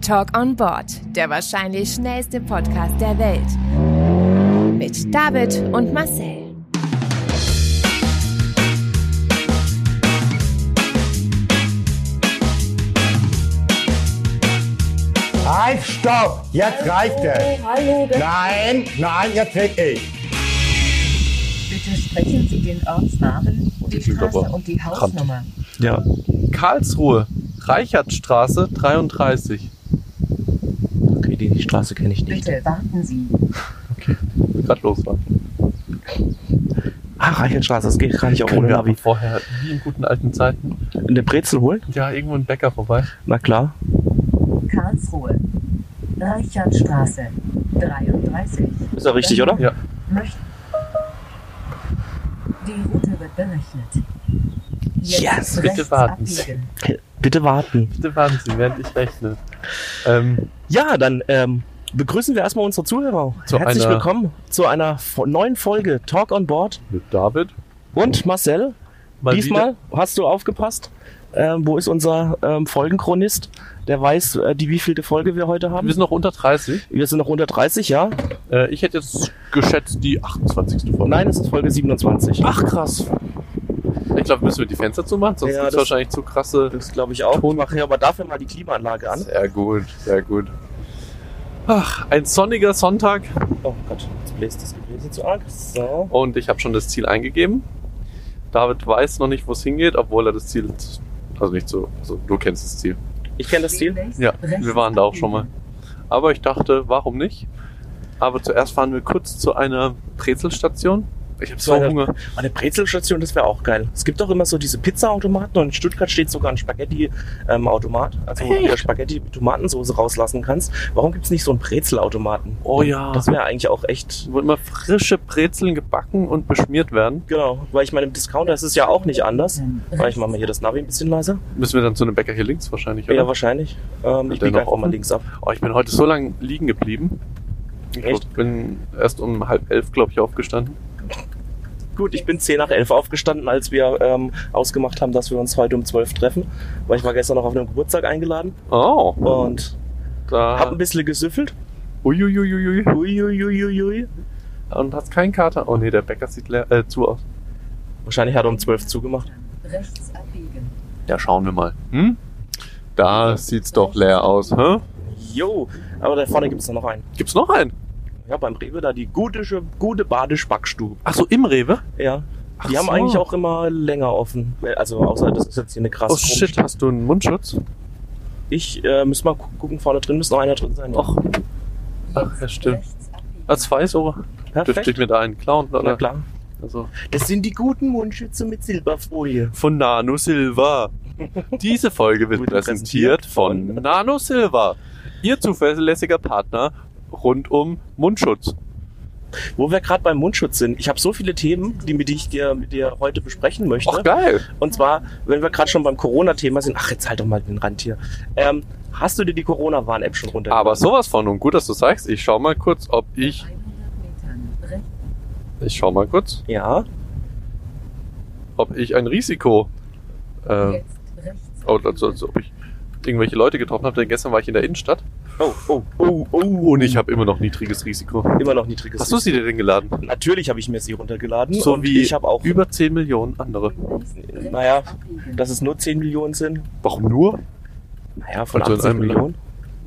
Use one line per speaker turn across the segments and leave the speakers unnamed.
Talk on Board, der wahrscheinlich schnellste Podcast der Welt. Mit David und Marcel.
Halt, stopp! Jetzt reicht es!
Hallo, das-
Nein, nein, jetzt red ich.
bitte sprechen Sie den Ortsnamen, die
klingt
Straße
aber
und die Hausnummer.
Ja. Karlsruhe, Reichertstraße 33.
Okay, die, die Straße kenne ich nicht.
Bitte warten Sie.
Bin grad los war.
Ah, Reichenstraße, das geht gar nicht auch ohne
wir aber
Navi.
vorher, wie in guten alten Zeiten,
Eine Brezel holen?
ja, irgendwo ein Bäcker vorbei.
Na klar.
Karlsruhe. Reichertstraße. 33.
Ist ja richtig, oder?
Ja.
Möcht die Route wird berechnet.
Yes,
rechts
bitte warten Sie.
abbiegen.
Bitte warten.
Bitte warten Sie, während ich rechne. Ähm,
Ja, dann ähm, begrüßen wir erstmal unsere Zuhörer.
Zu
Herzlich
einer-
willkommen zu einer fo- neuen Folge Talk on Board.
mit David.
Und Marcel,
Mal
diesmal hast du aufgepasst. Ähm, wo ist unser ähm, Folgenchronist? Der weiß, äh, die wievielte Folge wir heute
Wieder.
haben.
Wir sind noch unter 30.
Wir sind noch unter 30, ja?
Äh, ich hätte jetzt geschätzt die 28. Folge.
Nein, es ist Folge 27.
Ach krass. Ich glaube, müssen wir die Fenster zumachen, sonst
Ja,
gibt's
das-
wahrscheinlich zu krasse.
das glaube ich auch.
Ton-
Mache ich aber dafür mal die Klimaanlage an.
Sehr gut, sehr gut. Ach, ein sonniger Sonntag
Oh Gott, jetzt bläst das Gebläse zu arg. So.
und ich habe schon das Ziel eingegeben. David weiß noch nicht, wo es hingeht, obwohl er das Ziel, also nicht so, also du kennst das Ziel.
Ich kenne das Ziel.
Demnächst
Ja,
rechts
wir waren da auch schon mal.
abbiegen.
Aber ich dachte, warum nicht? Aber zuerst fahren wir kurz zu einer Brezelstation. Ich habe so
Zu einer-
Hunger.
An der Brezelstation, das wäre auch geil. Es gibt doch immer so diese Pizzaautomaten und in Stuttgart steht sogar ein Spaghetti-Automat, also wo du
Echt?
dir Spaghetti mit Tomatensoße rauslassen kannst. Warum gibt es nicht so einen Brezelautomaten?
Oh ja.
Das wäre eigentlich auch echt.
Wo immer frische Brezeln gebacken und beschmiert werden.
Genau, weil ich meine, im Discounter ist es ja auch nicht anders.
Dann
Weil ich mache mal hier das Navi ein bisschen leiser.
Müssen wir dann zu einem Bäcker hier links wahrscheinlich,
Ja,
oder?
wahrscheinlich. Ähm, ich
der
biege
noch
einfach mal
offen?
links ab.
Oh, ich bin heute so lange liegen geblieben. Ich
Echt?
bin erst um halb elf, glaube ich, aufgestanden.
Gut, ich bin 10 nach 11 aufgestanden, als wir ähm, ausgemacht haben, dass wir uns heute um 12 treffen. Weil ich war gestern noch auf einem Geburtstag eingeladen
Oh,
und hab
da.
ein bisschen gesüffelt.
Uiuiuiui.
Uiuiuiui.
Und hast keinen Kater. Oh nee, der Bäcker sieht leer, äh, zu aus.
Wahrscheinlich hat er um 12 zugemacht.
Rechts abbiegen.
Ja, schauen wir mal. Hm? Da sieht's doch leer aus, hä?
Jo, aber da vorne gibt's noch einen.
Gibt's noch einen?
Ja, beim Rewe da die gute, gute Badisch-Backstube.
Ach so, im Rewe?
Ja,
Ach
die haben
so.
eigentlich auch immer länger offen. Also außer das ist jetzt hier eine krasse
Oh shit,
Gruppe.
hast du einen Mundschutz?
Ich äh, muss mal gu- gucken, vorne drin muss noch einer drin sein.
Och, Ach, ja, stimmt. Also-
Rechts abbiegen.
als zwei sogar. Dürfte ich mir da einen klauen,
Na
oder?
klar.
Also.
Das sind die guten Mundschütze mit Silberfolie.
Von Nano Silva. Diese Folge wird
Wurde
präsentiert
präsentiert
von
von-
Nano Silva. Ihr zuverlässiger Partner rund um Mundschutz.
Wo wir gerade beim Mundschutz sind, ich habe so viele Themen, die, mit die ich dir, mit dir heute besprechen möchte.
Och, geil.
Und zwar, wenn wir gerade schon beim Corona-Thema sind, ach, jetzt halt doch mal den Rand hier. Ähm, hast du dir die Corona-Warn-App schon runtergeladen?
Aber sowas von. Und gut, dass du sagst. Ich schau mal kurz, ob ich.
100 Metern rechts
Ich schau mal kurz,
Ja.
ob ich ein Risiko. Äh,
jetzt rechts
oh, also, also, ob ich irgendwelche Leute getroffen habe, denn gestern war ich in der Innenstadt.
Oh, oh, oh, oh.
Und ich habe immer noch niedriges Risiko.
immer noch niedriges
Hast du sie dir denn geladen?
Natürlich habe ich mir sie runtergeladen.
So
und
wie
ich habe auch.
Über 10 Millionen andere.
abbiegen.
Naja,
Abbiegen.
dass es nur 10 Millionen sind.
Warum nur?
Naja, von
Also in
80
einem
Millionen.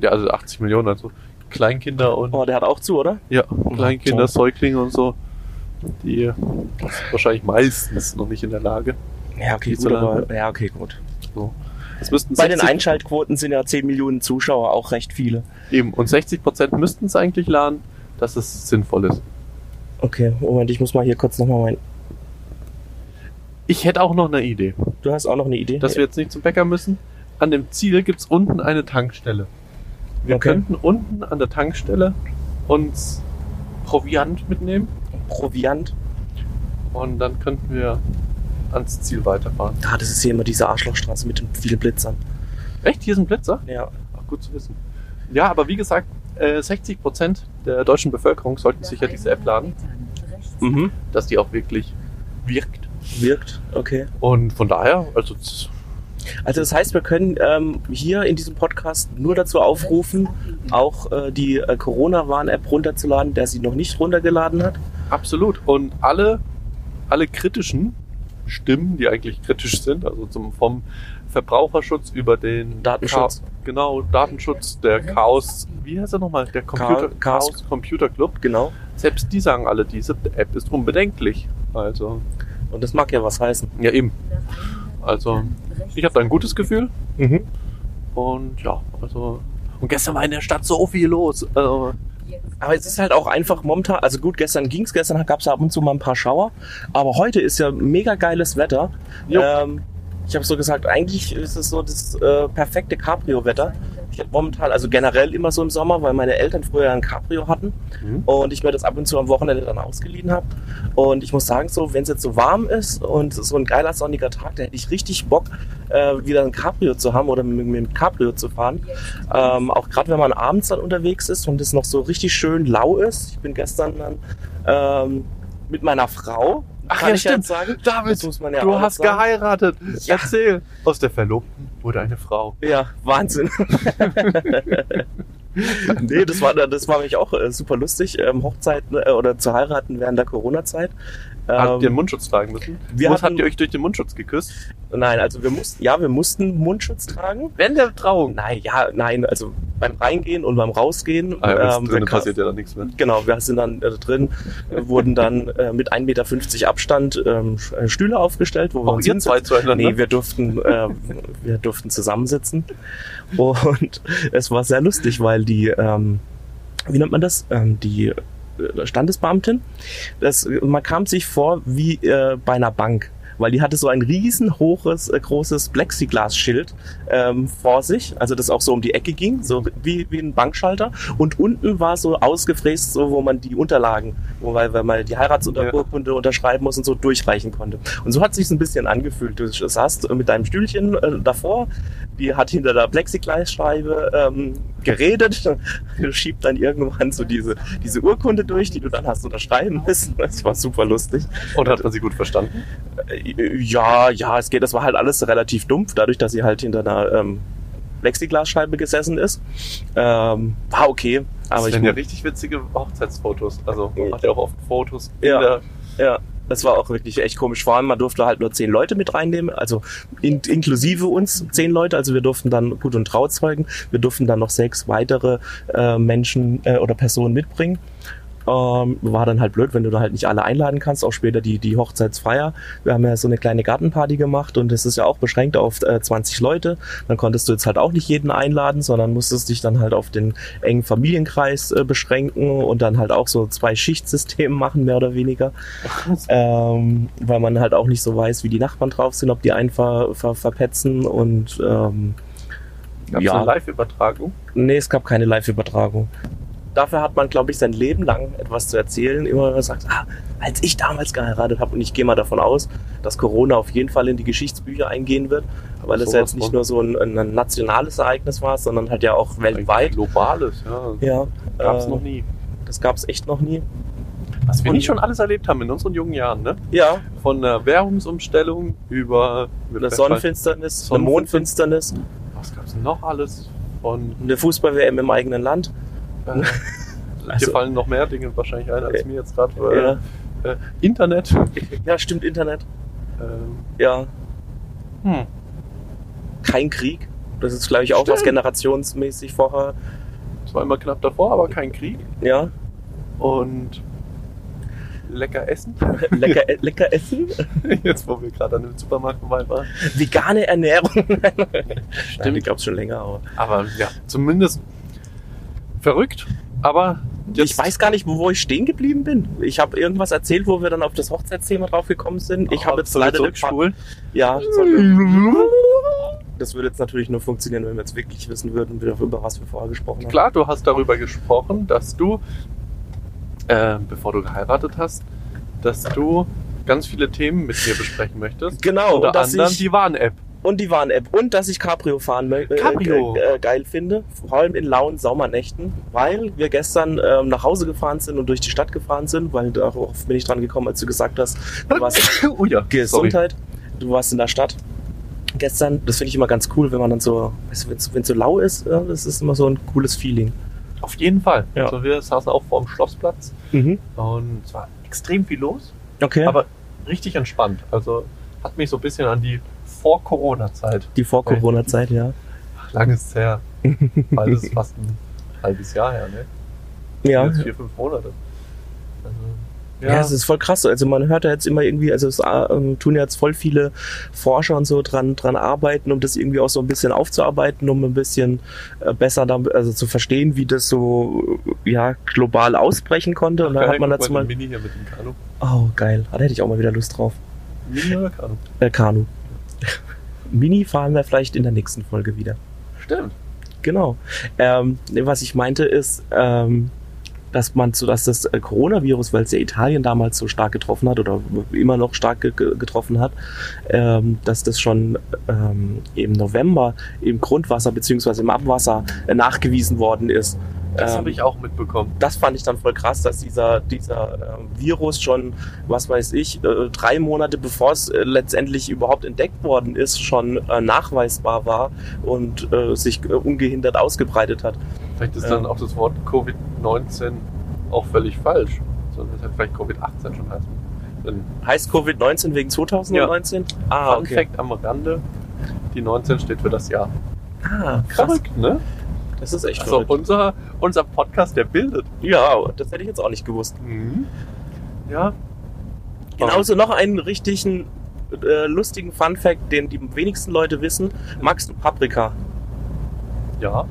Ja, also 80 Millionen, also Kleinkinder und
Oh, der hat auch zu, oder?
ja, Kleinkinder, Säuglinge und so. Die sind wahrscheinlich meistens noch nicht in der Lage.
Ja, okay,
gut, aber-
ja, okay, gut.
So. Das müssten
Bei den
60
Einschaltquoten sind ja 10 Millionen Zuschauer auch recht viele.
eben, und 60 Prozent müssten es eigentlich laden, dass es sinnvoll ist.
Okay, Moment, ich muss mal hier kurz nochmal meinen.
Ich hätte auch noch eine Idee,
Du hast auch noch eine Idee?
dass wir jetzt nicht zum Bäcker müssen. An dem Ziel gibt es unten eine Tankstelle. Wir
Okay.
könnten unten an der Tankstelle uns Proviant mitnehmen
Proviant.
und dann könnten wir ans Ziel weiterfahren.
Ah, das ist hier immer diese Arschlochstraße mit den vielen Blitzern.
Echt? Hier ist ein Blitzer?
Ja.
Ach, gut zu wissen. Ja, aber wie gesagt, äh, 60% der deutschen Bevölkerung sollten sicher diese App laden, Hm.
Mhm.
dass die auch wirklich wirkt.
Wirkt, okay.
Und von daher, also z-
Also das heißt, wir können ähm, hier in diesem Podcast nur dazu aufrufen, auch äh, die äh, Corona-Warn-App runterzuladen, der sie noch nicht runtergeladen hat.
Absolut. Und alle, alle kritischen Stimmen, die eigentlich kritisch sind, also zum, vom Verbraucherschutz über den
Datenschutz.
Cha- genau, Datenschutz, der Chaos, wie heißt er nochmal? Der Computer,
Chaos-
Chaos Computer Club.
Genau.
Selbst die sagen alle, diese App ist unbedenklich. Also,
Und das mag ja was heißen.
ja eben. Also, ich habe da ein gutes Gefühl.
Mhm.
Und ja, also. Und gestern war in der Stadt so viel los. Also,
Aber es ist halt auch einfach momentan, also gut, gestern ging's, gestern gab's ab und zu mal ein paar Schauer, aber heute ist ja mega geiles Wetter.
Jo.
Ähm, ich habe so gesagt, eigentlich ist es so das äh, perfekte Cabrio-Wetter. Ich habe momentan, also generell immer so im Sommer, weil meine Eltern früher ein Cabrio hatten
Mhm.
und ich mir das ab und zu am Wochenende dann ausgeliehen habe. Und ich muss sagen, so wenn es jetzt so warm ist und so ein geiler sonniger Tag, da hätte ich richtig Bock, äh, wieder ein Cabrio zu haben oder mit, mit dem Cabrio zu fahren. Ähm, auch gerade wenn man abends dann unterwegs ist und es noch so richtig schön lau ist. Ich bin gestern dann ähm, mit meiner Frau.
Ach
kann
ja,
ich jetzt
stimmt.
sagen.
David,
Das muss man ja
du
auch
hast
sagen.
geheiratet.
Ja.
Erzähl. Aus der Verlobten wurde eine Frau.
Ja, Wahnsinn. nee, das war, das war mich auch äh, super lustig. Ähm, Hochzeiten äh, oder zu heiraten während der Corona-Zeit.
Habt ihr
Ähm,
einen Mundschutz tragen müssen?
wir
Was
hatten-
habt ihr euch durch den Mundschutz geküsst?
nein, also wir mussten, ja, wir mussten Mundschutz tragen.
Während der Trauung.
Nein, ja, nein, also beim Reingehen und beim Rausgehen.
Ah, ja,
ähm,
ähm, drin
wir ka-
passiert ja dann nichts mehr.
Genau, wir sind dann äh, drin, äh, wurden dann äh, mit 1,50 Meter Abstand ähm, Sch- äh, Stühle aufgestellt, wo wir
Auch
uns
ihr
hinsetzen.
zwei zueinander? ne?
Nee, wir durften, äh, wir durften zusammensitzen. Und es war sehr lustig, weil die, ähm, wie nennt man das? Ähm, die äh, Standesbeamtin, das, man kam sich vor wie äh, bei einer Bank. Weil die hatte so ein riesen hohes, äh, großes Plexiglasschild ähm, vor sich, also das auch so um die Ecke ging, so wie, wie ein Bankschalter. Und unten war so ausgefräst, so wo man die Unterlagen, wo, weil, weil man die Heiratsunterkunde unterschreiben muss und so durchreichen konnte. Und so hat sich's ein bisschen angefühlt. Du saßt mit deinem Stühlchen äh, davor, die hat hinter der Plexiglasscheibe ähm, geredet, schiebt dann irgendwann so diese, diese Urkunde durch, die du dann hast unterschreiben müssen. Das war super lustig.
Und hat man sie gut verstanden?
Äh, Ja, ja, es geht. Das war halt alles relativ dumpf, dadurch, dass sie halt hinter einer ähm, Plexiglasscheibe gesessen ist. Ähm, war okay,
Das
aber ich,
sind ja richtig witzige Hochzeitsfotos. Also man macht ja auch oft Fotos
Ja.
in der
ja, das war auch wirklich echt komisch. Vor allem, man durfte halt nur zehn Leute mit reinnehmen, also in, inklusive uns zehn Leute. Also wir durften dann gut und Trauzeugen, wir durften dann noch sechs weitere äh, Menschen äh, oder Personen mitbringen. Ähm, war dann halt blöd, wenn du da halt nicht alle einladen kannst, auch später die, die Hochzeitsfeier. Wir haben ja so eine kleine Gartenparty gemacht und es ist ja auch beschränkt auf äh, 20 Leute. Dann konntest du jetzt halt auch nicht jeden einladen, sondern musstest dich dann halt auf den engen Familienkreis äh, beschränken und dann halt auch so zwei Schichtsystem machen, mehr oder weniger. Ähm, weil man halt auch nicht so weiß, wie die Nachbarn drauf sind, ob die einen ver, ver, verpetzen und ähm,
Gab's
Ja.
eine Live-Übertragung.
Nee, es gab keine Live-Übertragung. Dafür hat man, glaube ich, sein Leben lang etwas zu erzählen. Immer wenn man sagt, ah, als ich damals geheiratet habe, und ich gehe mal davon aus, dass Corona auf jeden Fall in die Geschichtsbücher eingehen wird, weil das
Sowas
ja jetzt nicht
von.
nur so ein, ein nationales Ereignis war, sondern halt ja auch
Ein
weltweit.
globales, ja.
Ja,
Gab's
äh,
noch nie.
Das gab es echt noch nie.
Was wir
und-
nicht schon alles erlebt haben in unseren jungen Jahren, ne?
Ja,
Von der Währungsumstellung über
eine Sonnenfinsternis, eine Mondfinsternis,
Was gab's denn noch alles? Von
eine Fußball-WM im eigenen Land.
äh,
Also-
dir fallen noch mehr Dinge wahrscheinlich ein, als mir jetzt
Ja,
gerade äh, äh, Internet.
ja stimmt, Internet.
Ähm,
Ja,
hm.
kein Krieg. Das ist, glaube ich, auch was
Stimmt.
generationsmäßig vorher.
Es war immer knapp davor, aber kein Krieg.
Ja,
Und lecker essen.
lecker, äh, lecker essen.
Jetzt, wo wir gerade an dem Supermarkt vorbei waren.
Vegane Ernährung. Nein, die
Stimmt.
gab es schon länger, aber.
Aber ja, zumindest verrückt. Aber jetzt,
Ich weiß gar nicht, wo, wo ich stehen geblieben bin. Ich habe irgendwas erzählt, wo wir dann auf das Hochzeitsthema draufgekommen sind. Ich habe jetzt
soll ich
leider den
zurückspulen.
Faden- Ja, sorry. das würde jetzt natürlich nur funktionieren, wenn wir jetzt wirklich wissen würden, wieder über was wir vorher gesprochen haben.
Klar, du hast darüber gesprochen, dass du, äh, bevor du geheiratet hast, dass du ganz viele Themen mit mir besprechen möchtest.
Genau,
Unter
und dass
anderem
ich-
die Warn-App.
Und die Warn-App. Und dass ich Cabrio fahren mö- äh,
Cabrio.
Äh, äh, geil finde. Vor allem in lauen Sommernächten. Weil wir gestern ähm, nach Hause gefahren sind und durch die Stadt gefahren sind, weil darauf bin ich dran gekommen, als du gesagt hast, du warst
oh ja, sorry.
Gesundheit. Du warst in der Stadt gestern. Das finde ich immer ganz cool, wenn man dann so, weißt du, wenn es so lau ist, ja, das ist immer so ein cooles Feeling.
Auf jeden Fall.
Ja.
Also wir saßen auch vor dem Schlossplatz und es war extrem viel los,
Okay. Aber
aber richtig entspannt. Also hat mich so ein bisschen an die Vor-Corona-Zeit.
die Vor-Corona-Zeit, ja.
Lang ist her. Weil das ist fast ein halbes Jahr her, ne?
Ja.
Jetzt vier, fünf Monate. Also,
Ja, es ist voll krass. Also man hört da jetzt immer irgendwie, also es ähm, tun ja jetzt voll viele Forscher und so dran, dran arbeiten, um das irgendwie auch so ein bisschen aufzuarbeiten, um ein bisschen äh, besser da, also zu verstehen, wie das so äh, ja global ausbrechen konnte. Und dann
Geil,
hat man
guck
dazu mal.
den Mini hier mit dem Kanu.
Oh geil, ah, da hätte ich auch mal wieder Lust drauf.
Mini oder Kanu?
Äh, Kanu. Mini fahren wir vielleicht in der nächsten Folge wieder.
Stimmt.
Genau. Ähm, nee, was ich meinte ist, ähm, dass man so, dass das äh, Coronavirus, weil es ja Italien damals so stark getroffen hat oder immer noch stark ge ge- getroffen hat, ähm, dass das schon ähm, im November im Grundwasser beziehungsweise im Abwasser äh, nachgewiesen worden ist.
Das
Ähm,
habe ich auch mitbekommen.
das fand ich dann voll krass, dass dieser, dieser ähm, Virus schon, was weiß ich, äh, drei Monate bevor es äh, letztendlich überhaupt entdeckt worden ist, schon äh, nachweisbar war und äh, sich äh, ungehindert ausgebreitet hat.
Vielleicht ist
ähm,
dann auch das Wort Covid-19 auch völlig falsch. Sondern es hätte vielleicht Covid-18 schon heißen. Dann
Heißt Covid-19 wegen 2019? Ah,
Fun
okay.
Fact am Rande: Die 19 steht für das Jahr.
Ah, krass.
Verrückt, ne?
Das ist echt
Also
verrückt.
unser, unser Podcast, der bildet. Hm.
Ja, das hätte ich jetzt auch nicht gewusst.
Ja.
Genauso noch einen richtigen äh, lustigen Fun-Fact, den die wenigsten Leute wissen. Magst du Paprika?
Ja,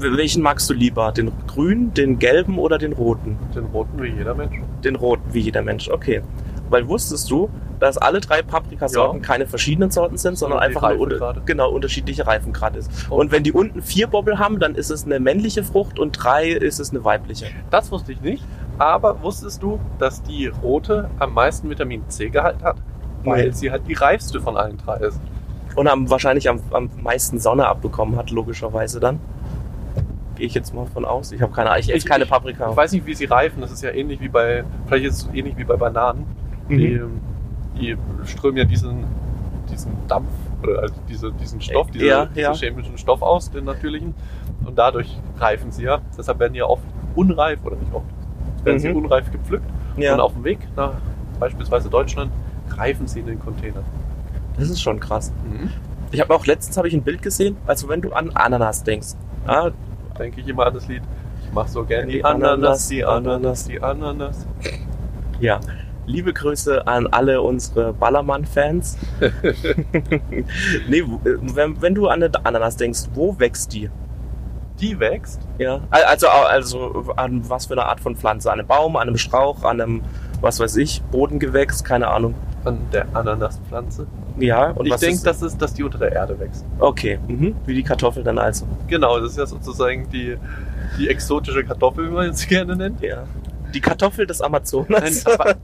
Welchen magst du lieber? Den grünen, den gelben oder den roten?
den roten wie jeder Mensch.
den roten, wie jeder Mensch. Okay. Weil wusstest du, dass alle drei Paprikasorten
Ja.
keine verschiedenen Sorten sind,
Sondern
sondern
die
einfach eine
Reifengrade.
unter, genau, unterschiedliche Reifengrad ist. Und wenn die unten vier Bobbel haben, dann ist es eine männliche Frucht und drei ist es eine weibliche.
Das wusste ich nicht. Aber wusstest du, dass die rote am meisten Vitamin C-Gehalt hat? Weil
Nee.
sie halt die reifste von allen drei ist.
Und am, wahrscheinlich am, am meisten Sonne abbekommen hat, logischerweise dann. Gehe ich jetzt mal von aus. Ich habe keine, ich
Ich-
esse keine
ich-
Paprika.
Ich weiß nicht, wie sie reifen. Das ist ja ähnlich wie bei, vielleicht ist es ähnlich wie bei Bananen.
Mhm.
Die, die strömen ja diesen, diesen Dampf oder also diese, diesen Stoff, diese,
Äh, Ja,
diesen
ja.
chemischen Stoff aus, den natürlichen. Und dadurch reifen sie ja. Deshalb werden die ja oft unreif oder nicht oft, werden sie
Mhm.
unreif gepflückt. Und
ja,
auf dem Weg nach beispielsweise Deutschland greifen sie in den Container.
das ist schon krass. Ich habe auch letztens habe ich ein Bild gesehen, also wenn du an Ananas denkst. Ah,
Denke ich immer an das Lied. Ich mach so gern
Die
die Ananas,
Ananas,
die Ananas, die Ananas.
Ja. Liebe Grüße an alle unsere Ballermann-Fans. nee, wo- äh, wenn, wenn du an eine Ananas denkst, wo wächst die?
Die wächst.
Ja. Al- Also, also an was für eine Art von Pflanze? An einem Baum, an einem Strauch, an einem, was weiß ich, Bodengewächs, keine Ahnung.
An der Ananaspflanze.
Ja, und
ich
was
denke,
ist-
das ist, dass die unter der Erde wächst.
Okay, mhm. wie die Kartoffel dann also.
Genau, das ist ja sozusagen die, die exotische Kartoffel, wie man es gerne nennt.
Ja. Die Kartoffel des
Nein,
Amazonas.
aber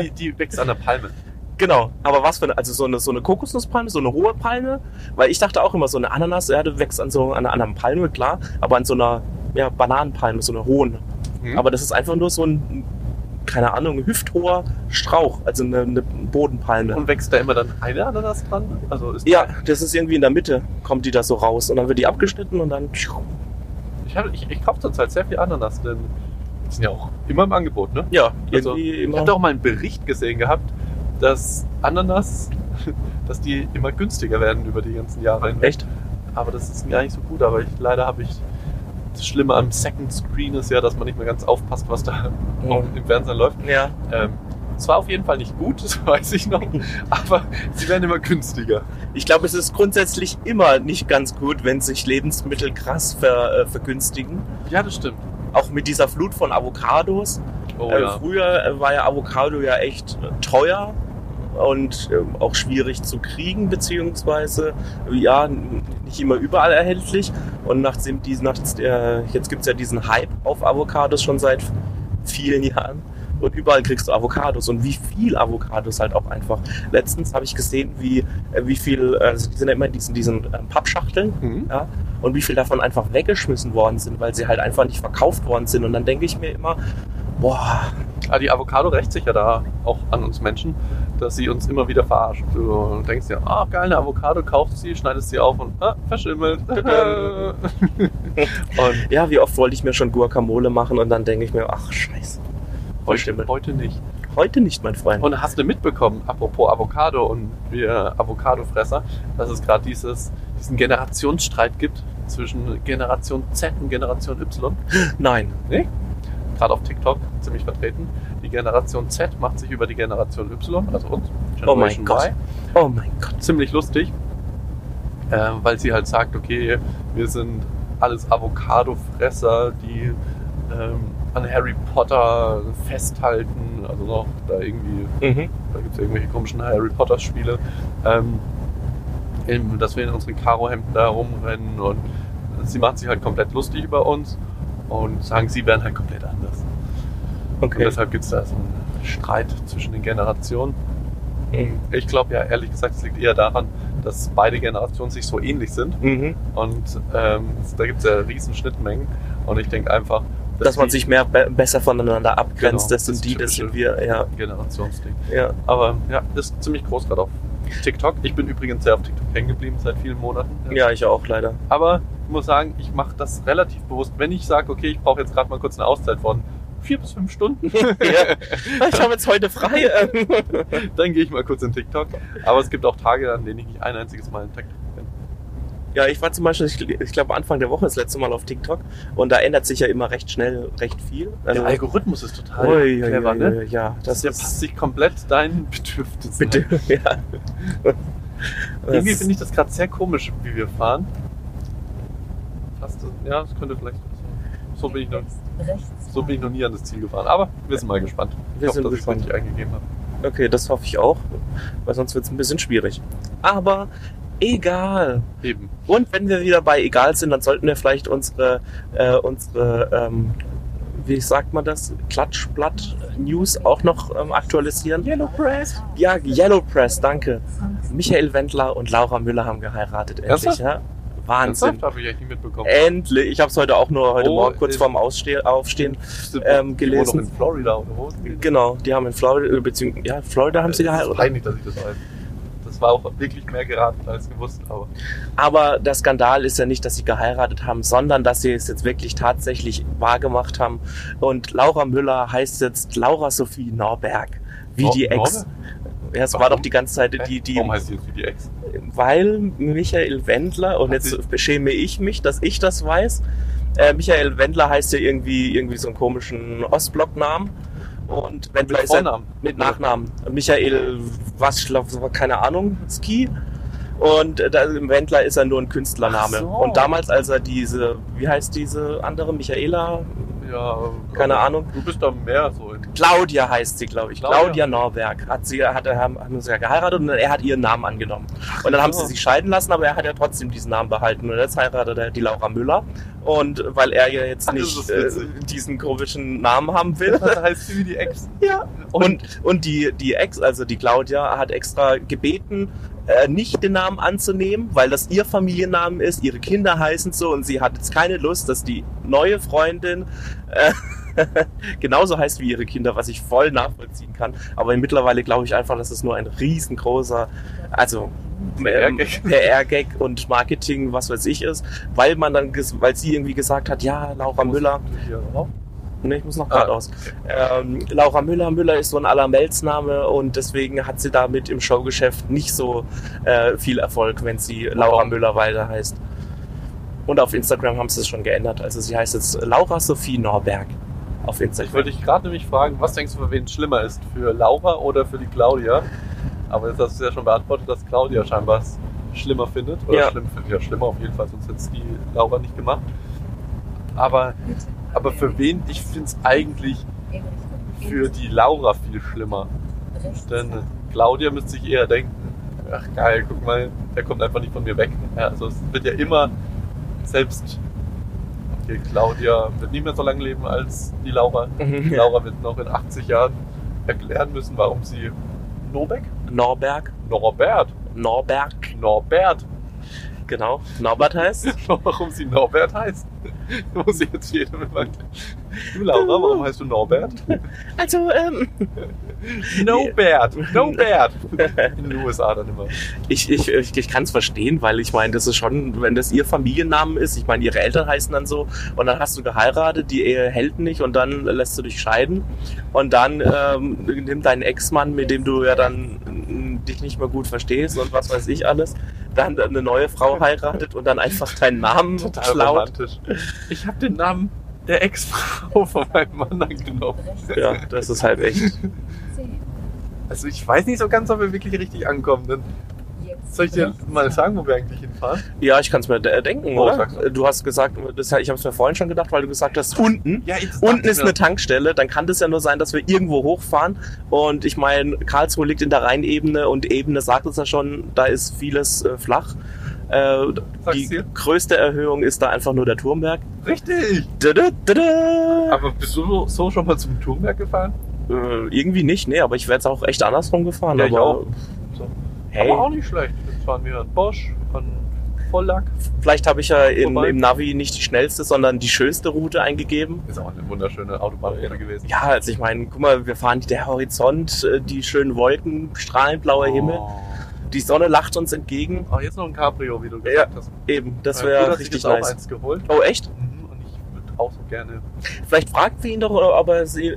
die, die wächst an der Palme.
genau, aber was für eine, also so eine, so eine Kokosnusspalme, so eine hohe Palme? Weil ich dachte auch immer, so eine Ananaserde wächst an so an einer anderen Palme, klar, aber an so einer ja, Bananenpalme, so einer hohen.
Hm?
Aber das ist einfach nur so ein, keine Ahnung, hüfthoher Strauch, also eine, eine Bodenpalme.
Und wächst da immer dann eine Ananas dran? Also ist
ja, das ist irgendwie in der Mitte, kommt die da so raus und dann wird die abgeschnitten und dann.
Ich, hab- ich, ich kaufe zurzeit sehr viel Ananas, denn die sind ja auch immer im Angebot, ne?
Ja,
Also,
irgendwie
Ich
immer.
habe doch mal einen Bericht gesehen gehabt, dass Ananas, dass die immer günstiger werden über die ganzen Jahre hinweg.
Echt?
Aber das ist gar nicht so gut, aber ich, leider habe ich. Das Schlimme am Second Screen ist ja, dass man nicht mehr ganz aufpasst, was da
Mhm.
auf, im Fernsehen läuft.
Ja.
Ähm, es war auf jeden Fall nicht gut, das weiß ich noch, aber sie werden immer günstiger.
Ich glaube, es ist grundsätzlich immer nicht ganz gut, wenn sich Lebensmittel krass ver, äh, vergünstigen.
Ja, das stimmt.
Auch mit dieser Flut von Avocados.
Oh
äh,
ja.
Früher äh, war ja Avocado ja echt äh, teuer und ähm, auch schwierig zu kriegen, beziehungsweise äh, ja, n- nicht immer überall erhältlich. Und nachdem diesen, nach, äh, jetzt gibt's ja diesen Hype auf Avocados schon seit vielen Jahren. Und überall kriegst du Avocados und wie viel Avocados halt auch einfach. Letztens habe ich gesehen, wie, äh, wie viel, äh, also die sind ja immer in diesen, diesen ähm, Pappschachteln
Mhm.
und wie viel davon einfach weggeschmissen worden sind, weil sie halt einfach nicht verkauft worden sind. Und dann denke ich mir immer, Boah.
Ah, die Avocado rächt sich ja da auch an uns Menschen, dass sie uns immer wieder verarscht. Du denkst dir, ah, geil, eine Avocado, kaufst sie, schneidest sie auf und ah, verschimmelt. und
Ja, wie oft wollte ich mir schon Guacamole machen und dann denke ich mir, ach scheiße.
heute,
Verschimmelt.
heute nicht.
Heute nicht, mein Freund.
Und hast du mitbekommen, apropos Avocado und wir Avocadofresser, dass es gerade dieses, diesen Generationsstreit gibt zwischen Generation Z und Generation Y?
Nein.
Gerade auf TikTok ziemlich vertreten. Die Generation Z macht sich über die Generation Y, also uns,
Oh mein
Generation
Gott.
Y,
Oh mein Gott.
ziemlich lustig, äh, weil sie halt sagt, okay, wir sind alles Avocadofresser, die ähm, an Harry Potter festhalten, also noch da irgendwie,
Mhm.
da gibt es irgendwelche komischen Harry Potter Spiele, ähm, eben, dass wir in unseren Karohemden da rumrennen und sie macht sich halt komplett lustig über uns und sagen, sie wären halt komplett anders. Und
Okay.
deshalb gibt es da so einen Streit zwischen den Generationen.
Mhm.
Ich glaube ja, ehrlich gesagt, es liegt eher daran, dass beide Generationen sich so ähnlich sind.
Mhm.
Und ähm, da gibt es ja riesen Schnittmengen. Und ich denke einfach,
Dass man
die
sich mehr be besser voneinander abgrenzt,
Genau,
das sind
das
die, das sind
typische.
wir. Ja,
Generationsding.
ja.
Aber ja, ist ziemlich groß gerade auf TikTok. Ich bin übrigens sehr auf TikTok hängen geblieben seit vielen Monaten.
ja, ich auch leider.
Aber ich muss sagen, ich mache das relativ bewusst. Wenn ich sage, okay, ich brauche jetzt gerade mal kurz eine Auszeit von vier bis fünf Stunden,
ja. Ich habe jetzt heute frei.
dann gehe ich mal kurz in TikTok. Aber es gibt auch Tage, an denen ich nicht ein einziges Mal in TikTok bin.
ja, ich war zum Beispiel, ich, ich glaube, Anfang der Woche das letzte Mal auf TikTok und da ändert sich ja immer recht schnell recht viel.
Der Algorithmus ist total
Also ui, ui,
clever,
ui,
ne?
ui, Ja,
Das
das
der passt
ist.
sich komplett deinen Bedürfnissen.
Bitte.
an.
Ja.
Irgendwie
Das-
finde ich das gerade sehr komisch, wie wir fahren. Passt das? Ja, das könnte vielleicht. So bin, ich noch,
Rechts.
so bin ich noch nie an das Ziel gefahren. Aber wir sind mal gespannt. Ich
Wir
hoffe,
sind
dass ich es
gespannt.
richtig eingegeben habe.
Okay, das hoffe ich auch, weil sonst wird es ein bisschen schwierig. Aber egal.
Eben.
Und wenn wir wieder bei egal sind, dann sollten wir vielleicht unsere, äh, unsere ähm, wie sagt man das, Klatschblatt-News auch noch ähm, aktualisieren.
Yellow Press.
Ja, Yellow Press, danke. Michael Wendler und Laura Müller haben geheiratet, endlich.
Ernsthaft?
Ja?
Ernsthaft?
Wahnsinn.
Habe ich echt nicht mitbekommen.
Endlich. Ich habe es heute auch nur heute
Oh,
Morgen kurz
äh,
vorm Ausste Aufstehen.
Stimmt,
ähm,
die wohnen doch
gelesen.
in Florida oder wo?
Genau, die haben in Florida, beziehungsweise, ja, Florida haben sie
Das ist
geheiratet.
peinlich, dass ich das weiß. Das war auch wirklich mehr geraten als gewusst. Aber
Aber der Skandal ist ja nicht, dass sie geheiratet haben, sondern dass sie es jetzt wirklich tatsächlich wahrgemacht haben. Und Laura Müller heißt jetzt Laura Sophie Norberg. Wie
Nor-
die Ex. Ja, es war
Warum?
doch die ganze Zeit
Hä?
die, die,
Warum heißt die jetzt wie die Ex?
weil Michael Wendler, und
Hat
jetzt
sie-
beschäme ich mich, dass ich das weiß. Äh, Michael Wendler heißt ja irgendwie, irgendwie so einen komischen Ostblocknamen. Und Wendler ist ja
Vornamen.
mit Nachnamen. Michael Waschlaff, keine Ahnung, Ski. Und äh, da, im Wendler ist er nur ein Künstlername.
Ach so.
Und damals, als er diese, wie heißt diese andere, Michaela?
Ja,
Keine Ahnung.
Du bist da mehr so in
Claudia heißt sie, glaube ich.
Claudia.
Claudia, Norberg. Hat sie, hat, äh, haben, haben sie ja geheiratet und er hat ihren Namen angenommen. Und dann haben
so.
sie sich scheiden lassen, aber er hat ja trotzdem diesen Namen behalten. Und jetzt heiratet er die Laura Müller. Und weil er ja jetzt
Das
nicht
ist
äh,
witzig.
diesen komischen Namen haben will,
Das heißt sie wie die Ex.
Ja.
Und,
Und, und die, die Ex, also die Claudia, hat extra gebeten, äh, nicht den Namen anzunehmen, weil das ihr Familiennamen ist, ihre Kinder heißen so und sie hat jetzt keine Lust, dass die neue Freundin äh, genauso heißt wie ihre Kinder, was ich voll nachvollziehen kann. Aber mittlerweile glaube ich einfach, dass es nur ein riesengroßer, also ähm,
PR-Gag.
PR-Gag und Marketing, was weiß ich ist, weil man dann, ges- weil sie irgendwie gesagt hat, ja, Laura Müller,
Hier.
Ne, ich muss noch
Ah.
geradeaus. Ähm, Laura Müller, Müller ist so ein Allermeldsname und deswegen hat sie damit im Showgeschäft nicht so äh, viel Erfolg, wenn sie Laura Müller weiter heißt. Und auf Instagram haben sie es schon geändert. Also sie heißt jetzt Laura Sophie Norberg auf
Ich
Instagram.
wollte dich gerade nämlich fragen, was denkst du, für wen es schlimmer ist? Für Laura oder für die Claudia? Aber jetzt hast du ja schon beantwortet, dass Claudia scheinbar es schlimmer findet. Oder
Ja.
schlimm findet. Ja, schlimmer auf jeden Fall, sonst hätte es die Laura nicht gemacht. Aber, aber für wen? Ich finde es eigentlich für die Laura viel schlimmer.
Rechts.
Denn Claudia müsste sich eher denken, ach geil, guck mal, der kommt einfach nicht von mir weg. Ja, also es wird ja immer selbst. Okay, Claudia wird nicht mehr so lange leben als die Laura.
Mhm.
Laura wird noch in 80 Jahren erklären müssen, warum sie Norbeck?
Norberg,
Norbert.
Norberg,
Norbert.
Genau. Norbert heißt.
Schau, warum sie Norbert heißt. Da muss ich jetzt jedem fragen. Du Laura, warum heißt du Norbert?
Also, ähm,
Nobert, Nobert. In den USA dann immer.
ich, ich, ich, ich kann es verstehen, weil ich meine, das ist schon, wenn das ihr Familiennamen ist, ich meine, ihre Eltern heißen dann so und dann hast du geheiratet, die Ehe hält nicht und dann lässt du dich scheiden und dann ähm, nimmt dein Ex-Mann, mit dem du ja dann äh, dich nicht mehr gut verstehst und was weiß ich alles, dann eine neue Frau heiratet und dann einfach deinen Namen
Total
klaut.
romantisch. Ich habe den Namen der Ex-Frau von meinem Mann angenommen.
Ja, das ist halt echt.
Also ich weiß nicht so ganz, ob wir wirklich richtig ankommen. Dann soll ich dir mal sagen, wo wir eigentlich hinfahren?
Ja, ich kann es mir de- denken,
Oh, sag's
oder? Du hast gesagt, das, ich habe es mir vorhin schon gedacht, weil du gesagt hast, unten.
Ja, jetzt
Unten ist eine Tankstelle, dann kann das ja nur sein, dass wir irgendwo hochfahren. Und ich meine, Karlsruhe liegt in der Rheinebene und Ebene sagt es ja schon, da ist vieles äh, flach. Äh,
Sag's
die
dir.
größte Erhöhung ist da einfach nur der Turmberg.
Richtig.
Da, da, da, da.
Aber bist du so schon mal zum Turmberg gefahren?
Äh, irgendwie nicht, nee, aber ich werde es auch echt andersrum gefahren.
Ja,
aber
ich auch. So.
hey,
Aber auch nicht schlecht. Jetzt fahren wir an Bosch, an Vollack.
vielleicht habe ich ja in,
Vorbei.
im Navi nicht die schnellste, sondern die schönste Route eingegeben.
Ist auch eine wunderschöne Autobahnfähre gewesen.
Ja, also ich meine, guck mal, wir fahren der Horizont, äh, die schönen Wolken, strahlend blauer Himmel. Die Sonne lacht uns entgegen.
Oh, jetzt noch ein Cabrio, wie du gesagt hast.
Eben, das
Äh, gut,
wäre
dass ich
richtig
jetzt auch
nice.
eins geholt.
Oh, echt?
Mhm, Und ich würde auch so gerne.
Vielleicht fragt wir ihn doch, ob er sie,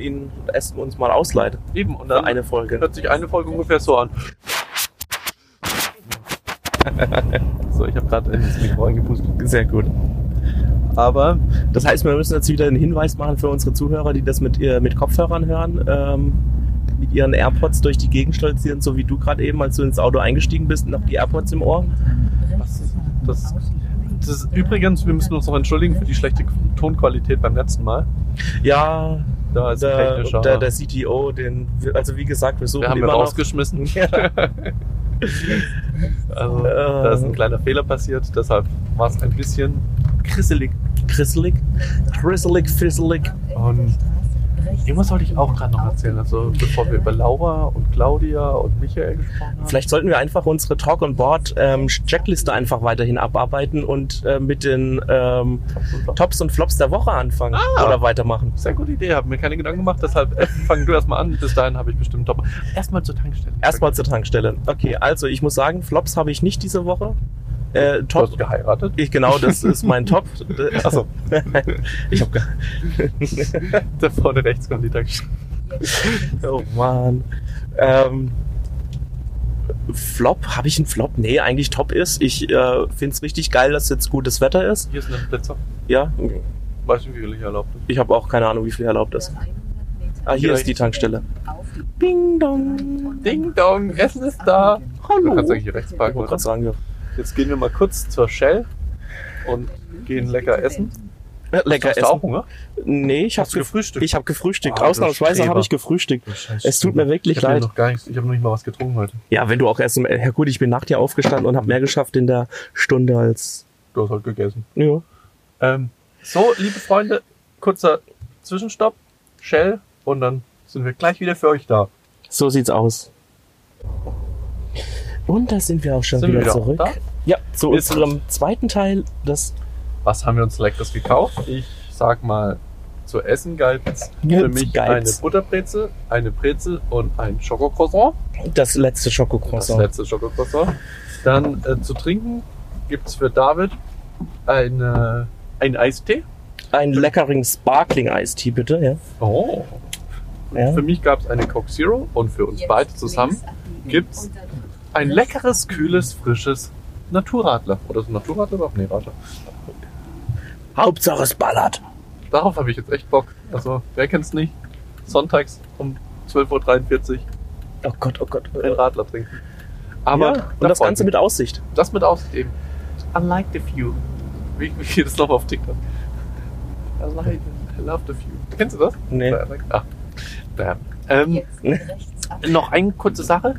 ihn es uns mal ausleiht
Eben, und
für
dann
eine Folge.
hört sich eine Folge ungefähr so an. so, ich habe gerade ein bisschen Mikro eingepustet.
Sehr gut.
Aber
Das heißt, wir müssen jetzt wieder einen Hinweis machen für unsere Zuhörer, die das mit, ihr- mit Kopfhörern hören, ähm, mit ihren AirPods durch die Gegend stolzieren, so wie du gerade eben, als du ins Auto eingestiegen bist, noch die AirPods im Ohr.
was, das, das ist übrigens, wir müssen uns noch entschuldigen für die schlechte Tonqualität beim letzten Mal.
Ja,
Da ist ein
der,
technischer.
der, der CTO, den, also wie gesagt, wir suchen
wir haben ihn
immer noch.
rausgeschmissen. Also,
Äh.
da ist ein kleiner Fehler passiert, deshalb war es ein bisschen krisselig.
Chrislik, Chrislik, Fisselig.
Und irgendwas sollte ich auch gerade noch erzählen, also bevor wir über Laura und Claudia und Michael gesprochen haben.
Vielleicht sollten wir einfach unsere Talk on Board ähm, Checkliste einfach weiterhin abarbeiten und äh, mit den ähm, Tops und Flops der Woche anfangen
Ah.
oder weitermachen.
Sehr gute Idee, habe mir keine Gedanken gemacht, deshalb äh, fang du erstmal an. Bis dahin habe ich bestimmt top. Erstmal zur Tankstelle.
Erstmal zur Tankstelle. Okay, also ich muss sagen, Flops habe ich nicht diese Woche. Äh,
Du hast
top.
geheiratet.
Ich, genau, das ist mein Top.
Achso,
ich habe.
da vorne rechts kommt die Tankstelle.
Oh Mann. Ähm, Flop? Habe ich einen Flop? Nee, eigentlich Top ist. Ich äh, finde es richtig geil, dass jetzt gutes Wetter ist.
Hier ist ein Blitzer.
Ja,
Weiß nicht, wie viel ich erlaubt ist.
ich habe auch keine Ahnung, wie viel erlaubt ist. Ah, hier ist die Tankstelle. Bing dong.
Ding dong, Essen ist da. Du
Hallo.
kannst eigentlich hier rechts
Ich
parken.
wollte
oder?
gerade sagen, ja.
Jetzt gehen wir mal kurz zur Shell und gehen lecker essen.
Lecker
Hast du auch
essen.
Hunger?
Nee, ich habe
Hast du gefrühstückt?
Ich habe gefrühstückt.
Ah, du
Ausnahmsweise
Streber.
habe ich gefrühstückt. Es tut mir wirklich
Oh, ich hab hier
leid.
Noch gar nichts, ich habe noch nicht mal was getrunken heute.
Ja, wenn du auch erst um, ja gut, ich bin nach dir aufgestanden und habe mehr geschafft in der Stunde als,
Du hast halt gegessen.
ja.
Ähm, so, liebe Freunde, kurzer Zwischenstopp, Shell und dann sind wir gleich wieder für euch da.
So sieht's aus. Und da sind wir auch schon
Sind
wieder,
wir wieder
zurück.
da?
Ja, zu
Wir sind-
unserem zweiten Teil. Das
Was haben wir uns leckeres gekauft? Ich sag mal, zu essen galt es für
Gibt's
mich
Geiz.
eine Butterbrezel, eine Brezel und ein Schokocroissant.
das letzte
Das
Schokokroissant.
letzte Schokocroissant. Dann äh, zu trinken gibt's für David eine, einen Eistee.
Ein leckeren Sparkling-Eistee, bitte. Ja.
Oh.
Ja.
Für mich gab's eine Coke Zero und für uns beide zusammen gibt's ein leckeres, kühles, frisches Naturradler. Oder so Naturradler überhaupt? Nee, Radler.
Hauptsache es ballert.
Darauf habe ich jetzt echt Bock. Also, wer kennt's nicht? Sonntags um 12.43 Uhr
Oh Gott, oh Gott.
einen Radler trinken. Äh, Aber
ja, und das
davon-
Ganze mit Aussicht.
das mit auszugeben. I like the view. Wie, wie geht das nochmal auf TikTok? I like I love the view. Kennst du das?
Nee.
I like- Ah. Damn. Ähm, noch eine kurze Sache.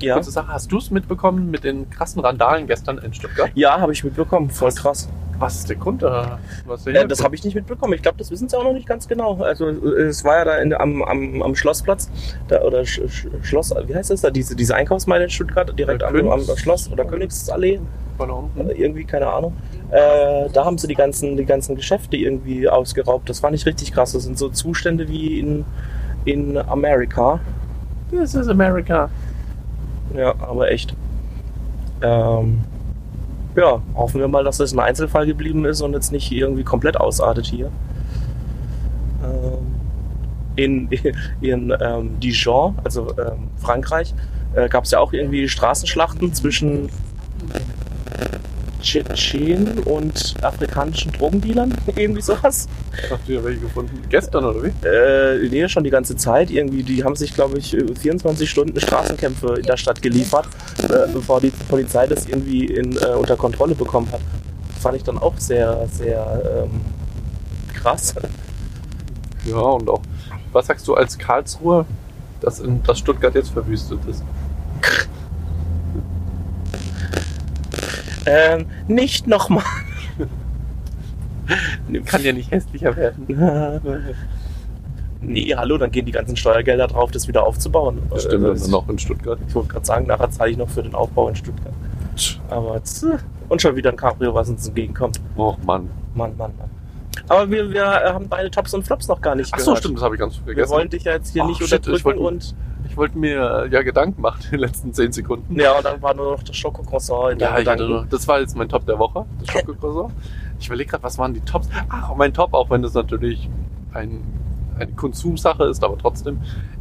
Ja,
Kurze Sache. Hast du es mitbekommen mit den krassen Randalen gestern in Stuttgart?
ja habe ich mitbekommen. Voll krass.
Was ist der Grund da? Was ist der
Ja, das
Hintergrund?
habe ich nicht mitbekommen. Ich glaube, das wissen sie auch noch nicht ganz genau. Also äh, es war ja da in, am, am, am Schlossplatz da, oder Sch, Sch, Schloss, wie heißt das da? Diese, diese Einkaufsmeile in Stuttgart, direkt
Äh,
am, am
Königs-
Schloss oder Königsallee,
War da unten?
äh, irgendwie, keine Ahnung. Äh, da haben sie die ganzen, die ganzen Geschäfte irgendwie ausgeraubt. Das war nicht richtig krass. Das sind so Zustände wie in, in Amerika.
This is America.
Ja, aber echt. Ähm, ja, hoffen wir mal, dass das ein Einzelfall geblieben ist und jetzt nicht irgendwie komplett ausartet hier. Ähm, in in ähm, Dijon, also ähm, Frankreich, äh, gab es ja auch irgendwie Straßenschlachten zwischen Tschetschenen und afrikanischen Drogendealern, irgendwie sowas.
Habt ihr welche gefunden? Gestern oder wie?
Äh, nee, schon die ganze Zeit irgendwie. Die haben sich, glaube ich, 24 Stunden Straßenkämpfe in der Stadt geliefert, äh, bevor die Polizei das irgendwie in, äh, unter Kontrolle bekommen hat. Fand ich dann auch sehr, sehr ähm, krass.
Ja, und auch. Was sagst du als Karlsruhe, dass, in, dass Stuttgart jetzt verwüstet ist?
Ähm, nicht nochmal.
Kann ja nicht hässlicher werden.
nee, hallo, dann gehen die ganzen Steuergelder drauf, das wieder aufzubauen. Äh,
also noch in Stuttgart.
Ich wollte gerade sagen, nachher zahle ich noch für den Aufbau in Stuttgart. Aber jetzt, äh, und schon wieder ein Cabrio, was uns entgegenkommt.
Och Mann.
Mann, Mann, Mann. Aber wir, wir äh, haben deine Tops und Flops noch gar nicht
Ach
gehört.
so, stimmt, das habe ich ganz
Wir
vergessen.
wollen dich ja jetzt hier
Ach,
nicht
shit, ich
unterdrücken
wollte-
und
ich wollte mir äh, ja Gedanken machen in den letzten 10 Sekunden.
ja, und dann war nur noch das Schokocroissant in
Ja,
deinen
ich hatte
Gedanken.
nur- das war jetzt mein Top der Woche, das Schokokroissant. Ich überlege gerade, was waren die Tops? Ach, mein Top, auch wenn das natürlich ein, eine Konsumsache ist, aber trotzdem.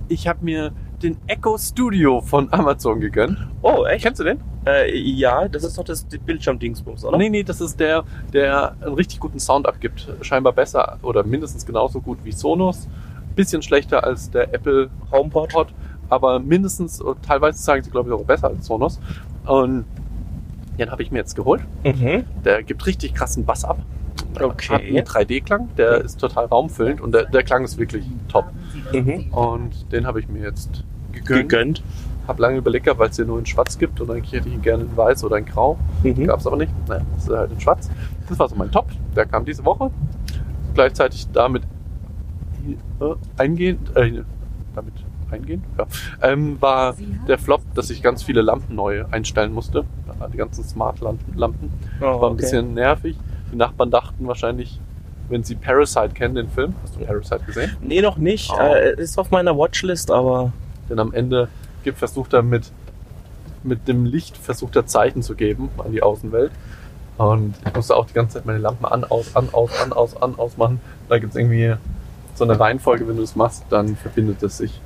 Ich habe mir den Echo Studio von Amazon gegönnt.
Oh, echt?
Kennst du den?
Äh, ja, das ist doch das Bildschirm-Dingsbums, oder?
Nee, nee, das ist der, der einen richtig guten Sound abgibt. Scheinbar besser oder mindestens genauso gut wie Sonos. Bisschen schlechter als der Apple
HomePod.
HomePod, aber mindestens, und teilweise sagen sie, glaube ich, auch besser als Sonos. Und den habe ich mir jetzt geholt.
Mhm.
Der gibt richtig krassen Bass ab.
Okay.
Hat einen 3D-Klang, der
Mhm.
ist total raumfüllend und der, der Klang ist wirklich top.
Mhm.
Und den habe ich mir jetzt gegönnt.
Gegönnt.
Hab lange überlegt, gehabt, weil es hier nur in Schwarz gibt und eigentlich hätte ich ihn gerne in Weiß oder in Grau.
Mhm.
Gab es aber nicht. Naja, das ist halt in Schwarz. Das war so mein Top. Der kam diese Woche. Gleichzeitig damit äh, eingehend, äh, damit eingehend, ja, ähm, war der Flop, dass ich ganz viele Lampen neu einstellen musste. Ja, Die ganzen Smart-Lampen. Lampen.
Oh,
War ein
okay.
bisschen nervig. Die Nachbarn dachten wahrscheinlich, wenn sie Parasite kennen, den Film. Hast du Parasite gesehen?
Nee, noch nicht.
Oh.
Äh, ist auf meiner Watchlist, aber
Denn am Ende gibt, versucht er mit, mit dem Licht, versucht er Zeichen zu geben an die Außenwelt. Und ich musste auch die ganze Zeit meine Lampen an, aus, an, aus, an, aus, an, aus machen. Da gibt es irgendwie so eine Reihenfolge, wenn du das machst, dann verbindet es sich.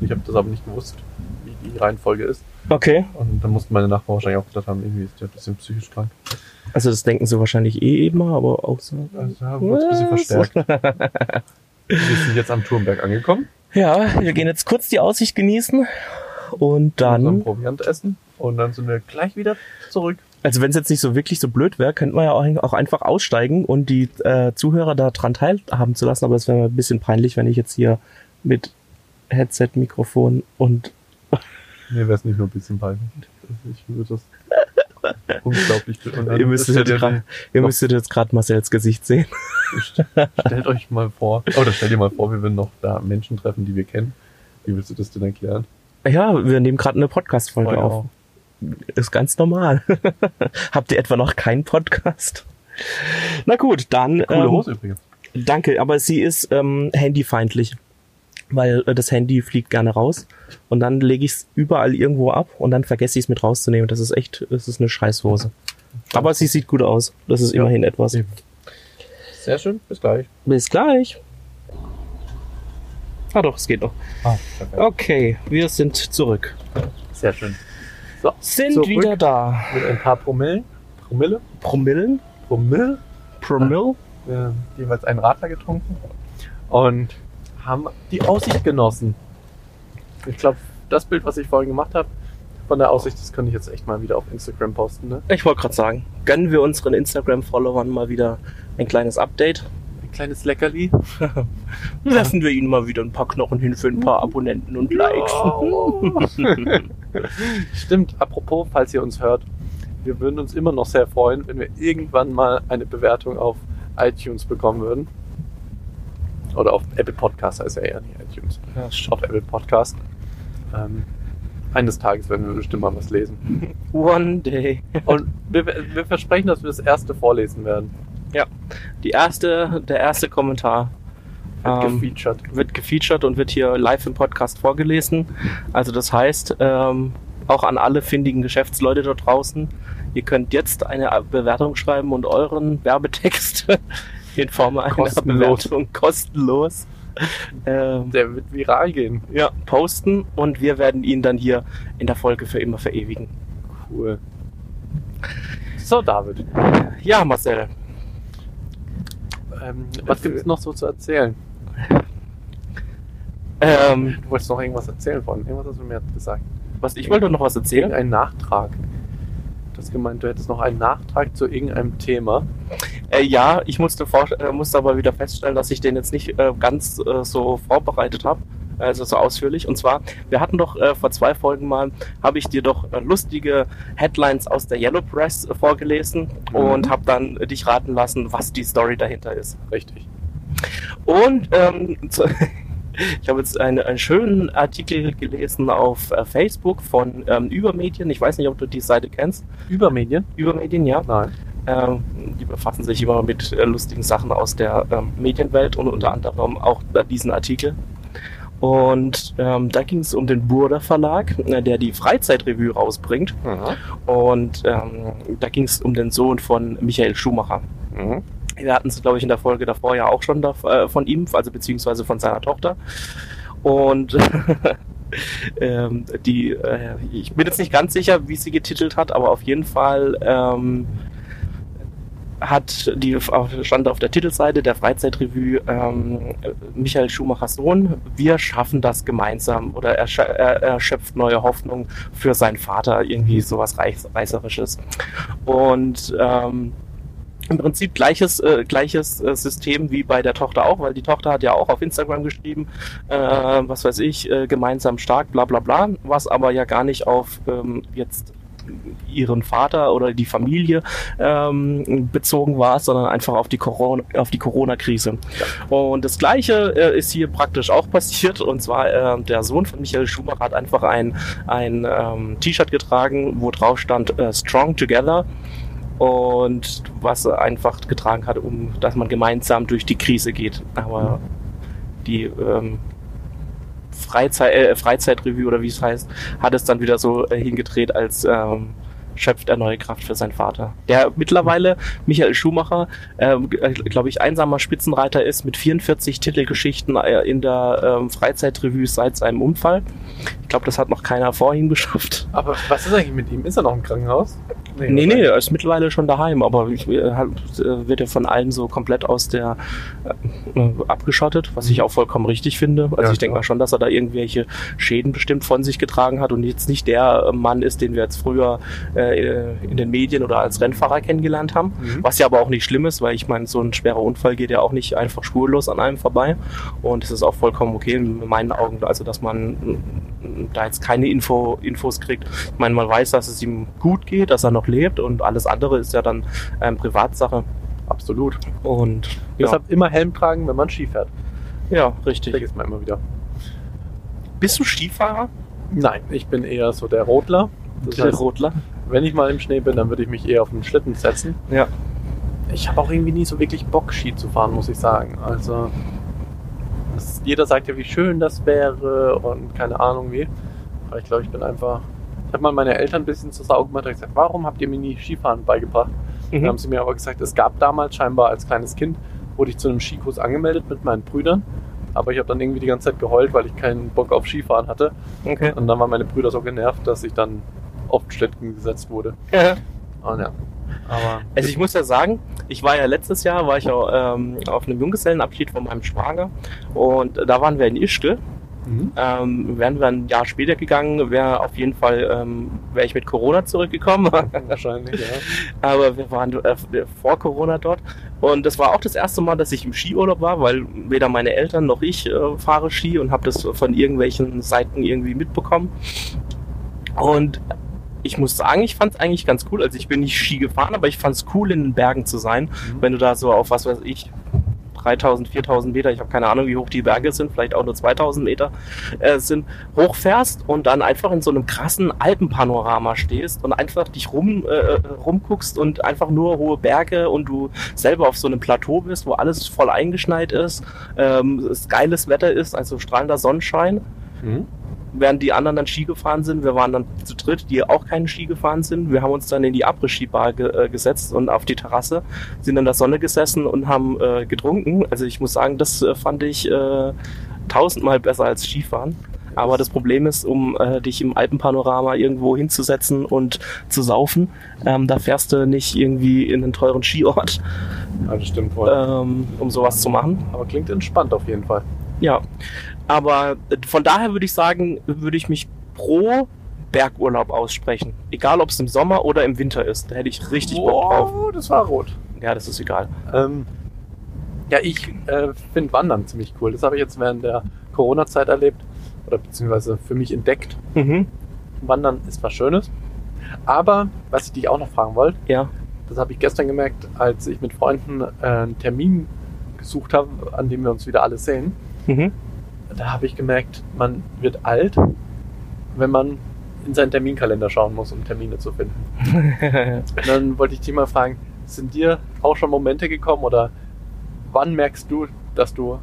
Ich habe das aber nicht gewusst, wie die Reihenfolge ist.
okay.
Und dann mussten meine Nachbarn wahrscheinlich auch gedacht haben, irgendwie ist der ein bisschen psychisch krank.
Also das denken sie wahrscheinlich eh immer, aber auch so.
Also da wurde es ein bisschen
Was?
verstärkt. Wir sind jetzt am Turmberg angekommen.
Ja, wir gehen jetzt kurz die Aussicht genießen und
unseren
dann
Proviant essen und dann sind wir gleich wieder zurück.
Also wenn es jetzt nicht so wirklich so blöd wäre, könnte man ja auch, auch einfach aussteigen und die äh, Zuhörer da dran teilhaben zu lassen. Aber es wäre mir ein bisschen peinlich, wenn ich jetzt hier mit Headset, Mikrofon und
Mir wäre es nicht nur ein bisschen peinlich. Also Ich würde das unglaublich. Und dann
ihr müsstet
stellt
jetzt gerade ihr
Doch.
müsstet jetzt gerade Marcells Gesicht sehen.
stellt euch mal vor, oder stellt ihr mal vor, wir würden noch da Menschen treffen, die wir kennen. Wie willst du das denn erklären?
Ja, wir nehmen gerade eine Podcast-Folge
Vorher
auf.
auch.
Ist ganz normal. Habt ihr etwa noch keinen Podcast? Na gut, dann.
Coole
ähm,
Hose übrigens.
Danke, aber sie ist ähm, handyfeindlich, weil äh, das Handy fliegt gerne raus und dann lege ich es überall irgendwo ab und dann vergesse ich es mit rauszunehmen. Das ist echt, das ist eine Scheißhose. Aber sie sieht gut aus. Das ist
Ja.
immerhin etwas.
Eben. Sehr schön, bis gleich.
Bis gleich. Ah doch, es geht noch.
Ah, perfekt.
Okay, wir sind zurück.
Sehr schön.
Sind
Zurück.
wieder da.
Mit ein paar Promillen, Promille,
Promillen?
Promille,
Promill?
äh, jeweils einen Radler getrunken und haben die Aussicht genossen. Ich glaube, das Bild, was ich vorhin gemacht habe, von der Aussicht, das könnte ich jetzt echt mal wieder auf Instagram posten. Ne?
Ich wollte gerade sagen, gönnen wir unseren Instagram-Followern mal wieder ein kleines Update.
Ein kleines Leckerli.
Lassen wir ihnen mal wieder ein paar Knochen hin für ein paar
Mhm.
Abonnenten und Likes.
Stimmt, apropos, falls ihr uns hört, wir würden uns immer noch sehr freuen, wenn wir irgendwann mal eine Bewertung auf iTunes bekommen würden. Oder auf Apple Podcast heißt ja eher nicht iTunes.
Ja, stimmt.
Auf Apple Podcast. Ähm, eines Tages werden wir bestimmt mal was lesen.
One day.
Und wir, wir versprechen, dass wir das erste vorlesen werden.
Die erste, der erste Kommentar
Wird
ähm,
gefeatured.
wird gefeatured und wird hier live im Podcast vorgelesen. Also das heißt, ähm, auch an alle findigen Geschäftsleute da draußen, ihr könnt jetzt eine Bewertung schreiben und euren Werbetext in Form einer
Kostenlos.
Bewertung kostenlos ähm,
Der wird viral gehen.
ja, posten und wir werden ihn dann hier in der Folge für immer verewigen.
Cool. So, David.
Ja, Marcel,
Ähm, was gibt es noch so zu erzählen?
ähm,
Du wolltest noch irgendwas erzählen von. Irgendwas hast du mir gesagt.
was, ich wollte noch was erzählen.
Irgendein Nachtrag. Du hast gemeint, du hättest noch einen Nachtrag zu irgendeinem Thema.
Äh, ja, ich musste, vor, äh, musste aber wieder feststellen, dass ich den jetzt nicht äh, ganz äh, so vorbereitet habe, also so ausführlich. Und zwar, wir hatten doch äh, vor zwei Folgen mal, habe ich dir doch äh, lustige Headlines aus der Yellow Press äh, vorgelesen
Mhm.
und habe dann äh, dich raten lassen, was die Story dahinter ist.
Richtig.
Und ähm, zu, ich habe jetzt einen, einen schönen Artikel gelesen auf äh, Facebook von ähm, Übermedien. Ich weiß nicht, ob du die Seite kennst.
Übermedien?
Übermedien, ja.
Nein.
Ähm, die befassen sich immer mit äh, lustigen Sachen aus der ähm, Medienwelt und unter anderem auch äh, diesen Artikel. Und ähm, da ging es um den Burda Verlag, äh, der die Freizeitrevue rausbringt. Und ähm, da ging es um den Sohn von Michael Schumacher.
Mhm.
Wir hatten es, glaube ich, in der Folge davor ja auch schon da, äh, von ihm, also beziehungsweise von seiner Tochter. Und ähm, die, äh, ich bin jetzt nicht ganz sicher, wie sie getitelt hat, aber auf jeden Fall ähm, hat die auf- stand auf der Titelseite der Freizeitrevue ähm, Michael Schumachers Sohn. Wir schaffen das gemeinsam oder er, scha- er, er schöpft neue Hoffnung für seinen Vater, irgendwie sowas Reiß, Reißerisches. Und ähm, im Prinzip gleiches, äh, gleiches äh, System wie bei der Tochter auch, weil die Tochter hat ja auch auf Instagram geschrieben, äh, was weiß ich, äh, gemeinsam stark, bla bla bla, was aber ja gar nicht auf ähm, jetzt ihren Vater oder die Familie ähm, bezogen war, sondern einfach auf die Corona, auf die Corona-Krise. Und das Gleiche äh, ist hier praktisch auch passiert. Und zwar äh, der Sohn von Michael Schumacher hat einfach ein, ein ähm, T-Shirt getragen, wo drauf stand äh, Strong Together und was er einfach getragen hat, um dass man gemeinsam durch die Krise geht. Aber die ähm, Freizei äh, Freizeitrevue oder wie es heißt, hat es dann wieder so äh, hingedreht als ähm, schöpft er neue Kraft für seinen Vater. Der mittlerweile Michael Schumacher, ähm, glaube ich, einsamer Spitzenreiter ist mit 44 Titelgeschichten äh, in der ähm, Freizeitrevue seit seinem Unfall. Ich glaube, das hat noch keiner vor ihm geschafft.
Aber was ist eigentlich mit ihm? Ist er noch im Krankenhaus?
Nee, nee, er ist mittlerweile schon daheim, aber ich, äh, hab- äh, wird ja von allem so komplett aus der äh, äh, abgeschottet, was ich auch vollkommen richtig finde. Also
Mhm. Ja,
ich denke
klar.
mal schon, dass er da irgendwelche Schäden bestimmt von sich getragen hat und jetzt nicht der äh, Mann ist, den wir jetzt früher äh, in den Medien oder als Rennfahrer kennengelernt haben.
Mhm.
Was ja aber auch nicht schlimm ist, weil ich meine, so ein schwerer Unfall geht ja auch nicht einfach spurlos an einem vorbei. Und es ist auch vollkommen okay in meinen Augen, also dass man mm, da jetzt keine Info, Infos kriegt. Ich meine, man weiß, dass es ihm gut geht, dass er noch lebt und alles andere ist ja dann ähm, Privatsache.
Absolut.
Und ja,
Deshalb immer Helm tragen, wenn man Ski fährt.
ja richtig.
Vergisst man immer wieder.
Bist du Skifahrer?
Nein, ich bin eher so der Rodler. Das heißt,
Rotler?
wenn ich mal im Schnee bin, dann würde ich mich eher auf den Schlitten setzen.
Ja.
Ich habe auch irgendwie nie so wirklich Bock, Ski zu fahren, muss ich sagen. Also, es, jeder sagt ja, wie schön das wäre und keine Ahnung wie. Aber ich glaube, ich bin einfach. Ich habe mal meine Eltern ein bisschen zur Sau gemacht und gesagt, warum habt ihr mir nie Skifahren beigebracht?
Mhm.
Dann haben sie mir aber gesagt, es gab damals scheinbar als kleines Kind, wurde ich zu einem Skikurs angemeldet mit meinen Brüdern. Aber ich habe dann irgendwie die ganze Zeit geheult, weil ich keinen Bock auf Skifahren hatte.
Okay.
Und dann waren meine Brüder so genervt, dass ich dann auf den Schlitten gesetzt wurde. Und Ah, ja. Aber
Also ich muss ja sagen, ich war ja letztes Jahr, war ich ja, ähm, auf einem Junggesellenabschied von meinem Schwager und da waren wir in Ischgl
mhm.
Ähm, wären wir ein Jahr später gegangen, wäre auf jeden Fall, ähm, wäre ich mit Corona zurückgekommen.
wahrscheinlich, ja.
Aber wir waren äh, vor Corona dort. Und das war auch das erste Mal, dass ich im Skiurlaub war, weil weder meine Eltern noch ich äh, fahre Ski und habe das von irgendwelchen Seiten irgendwie mitbekommen. Und ich muss sagen, ich fand es eigentlich ganz cool. Also ich bin nicht Ski gefahren, aber ich fand es cool, in den Bergen zu sein. Wenn du da so auf, was weiß ich, 3000, 4000 Meter, ich habe keine Ahnung, wie hoch die Berge sind, vielleicht auch nur 2000 Meter äh, sind, hochfährst und dann einfach in so einem krassen Alpenpanorama stehst und einfach dich rum, äh, rumguckst und einfach nur hohe Berge und du selber auf so einem Plateau bist, wo alles voll eingeschneit ist, ähm, es geiles Wetter ist, also strahlender Sonnenschein
Mhm.
während die anderen dann Ski gefahren sind. Wir waren dann zu dritt, die auch keinen Ski gefahren sind. Wir haben uns dann in die Après-Ski-Bar ge äh, gesetzt und auf die Terrasse, sind in der Sonne gesessen und haben äh, getrunken. Also ich muss sagen, das äh, fand ich äh, tausendmal besser als Skifahren. Aber das Problem ist, um äh, dich im Alpenpanorama irgendwo hinzusetzen und zu saufen, ähm, da fährst du nicht irgendwie in einen teuren Skiort,
Ja, das stimmt wohl.
ähm, um sowas zu machen.
Äh. Aber klingt entspannt auf jeden Fall.
Ja, aber äh, von daher würde ich sagen, würde ich mich pro Bergurlaub aussprechen. Egal, ob es im Sommer oder im Winter ist. Da hätte ich richtig Bock drauf.
Wow, das war rot.
Ja, das ist egal.
Ähm, ja, ich äh, finde Wandern ziemlich cool. Das habe ich jetzt während der Corona-Zeit erlebt oder beziehungsweise für mich entdeckt.
Mhm.
Wandern ist was Schönes. Aber was ich dich auch noch fragen wollte,
Ja.
das habe ich gestern gemerkt, als ich mit Freunden äh, einen Termin gesucht habe, an dem wir uns wieder alle sehen.
Mhm.
Da habe ich gemerkt, man wird alt, wenn man in seinen Terminkalender schauen muss, um Termine zu finden. Und dann wollte ich dich mal fragen, sind dir auch schon Momente gekommen oder wann merkst du, dass du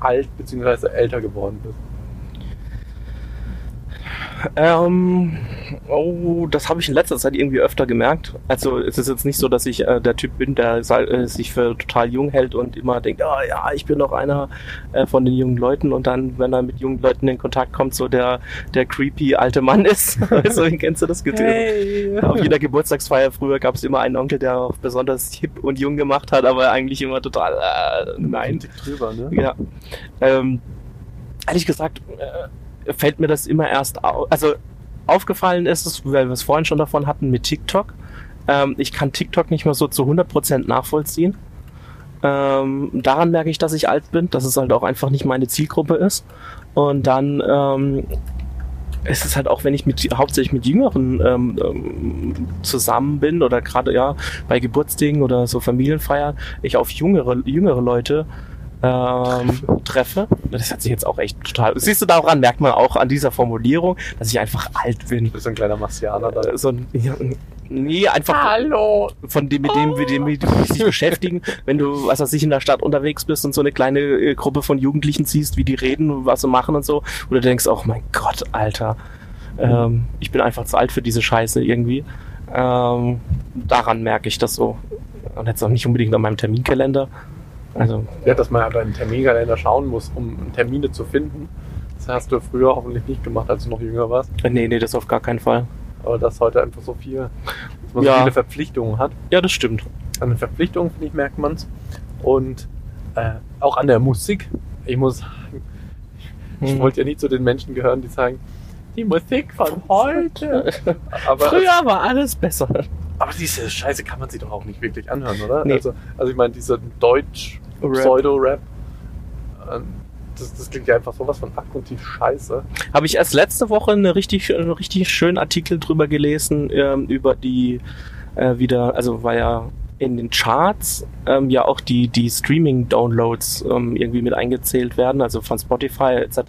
alt bzw. älter geworden bist?
Ähm, oh, das habe ich in letzter Zeit irgendwie öfter gemerkt. Also es ist jetzt nicht so, dass ich äh, der Typ bin, der sa- äh, sich für total jung hält und immer denkt, ah ja, ich bin noch einer äh, von den jungen Leuten und dann, wenn er mit jungen Leuten in Kontakt kommt, so der, der creepy alte Mann ist. so, kennst du das Gefühl? Auf jeder Geburtstagsfeier früher gab es immer einen Onkel, der auch besonders hip und jung gemacht hat, aber eigentlich immer total äh, nein.
Ein Tick drüber, ne?
Ja. Ähm, ehrlich gesagt, äh, fällt mir das immer erst auf. Also aufgefallen ist es, weil wir es vorhin schon davon hatten, mit TikTok. Ähm, ich kann TikTok nicht mehr so zu 100% nachvollziehen. Ähm, daran merke ich, dass ich alt bin, dass es halt auch einfach nicht meine Zielgruppe ist. Und dann ähm, ist es halt auch, wenn ich mit, hauptsächlich mit Jüngeren ähm, ähm, zusammen bin oder gerade ja bei Geburtsdingen oder so Familienfeiern, ich auf jüngere, jüngere Leute ähm, treffe. Das hat sich jetzt auch echt total. Siehst du, daran merkt man auch an dieser Formulierung, dass ich einfach alt bin.
Du bist so ein kleiner Marsianer da.
Äh, So ein, ja, nee, einfach.
Hallo!
Von dem, mit dem, mit dem, mit dem sich beschäftigen, wenn du, was weiß ich, in der Stadt unterwegs bist und so eine kleine äh, Gruppe von Jugendlichen siehst, wie die reden und was sie machen und so, oder du denkst, oh mein Gott, Alter, ähm, ich bin einfach zu alt für diese Scheiße irgendwie. Ähm, daran merke ich das so. Und jetzt auch nicht unbedingt an meinem Terminkalender. Also,
Ja, dass man halt einen Terminkalender schauen muss, um Termine zu finden. Das hast du früher hoffentlich nicht gemacht, als du noch jünger warst.
äh, nee, nee, das auf gar keinen Fall.
Aber dass heute einfach so viel, dass man so
Ja.
viele Verpflichtungen hat.
Ja, das stimmt.
An den Verpflichtungen, finde ich, merkt man es. Und äh, auch an der Musik. Ich muss sagen, ich
Hm.
wollte ja nie zu den Menschen gehören, die sagen, die Musik von heute. Aber,
Früher war alles besser.
aber diese Scheiße kann man sie doch auch nicht wirklich anhören, oder?
Nee.
Also, also ich meine, dieser Deutsch,
Rap.
Pseudo-Rap, äh, das, das klingt ja einfach sowas von abgrundtief scheiße.
Habe ich erst letzte Woche eine richtig, einen richtig schönen Artikel drüber gelesen, ähm, über die äh, wieder, also war ja in den Charts ähm, ja auch die, die Streaming-Downloads ähm, irgendwie mit eingezählt werden, also von Spotify etc.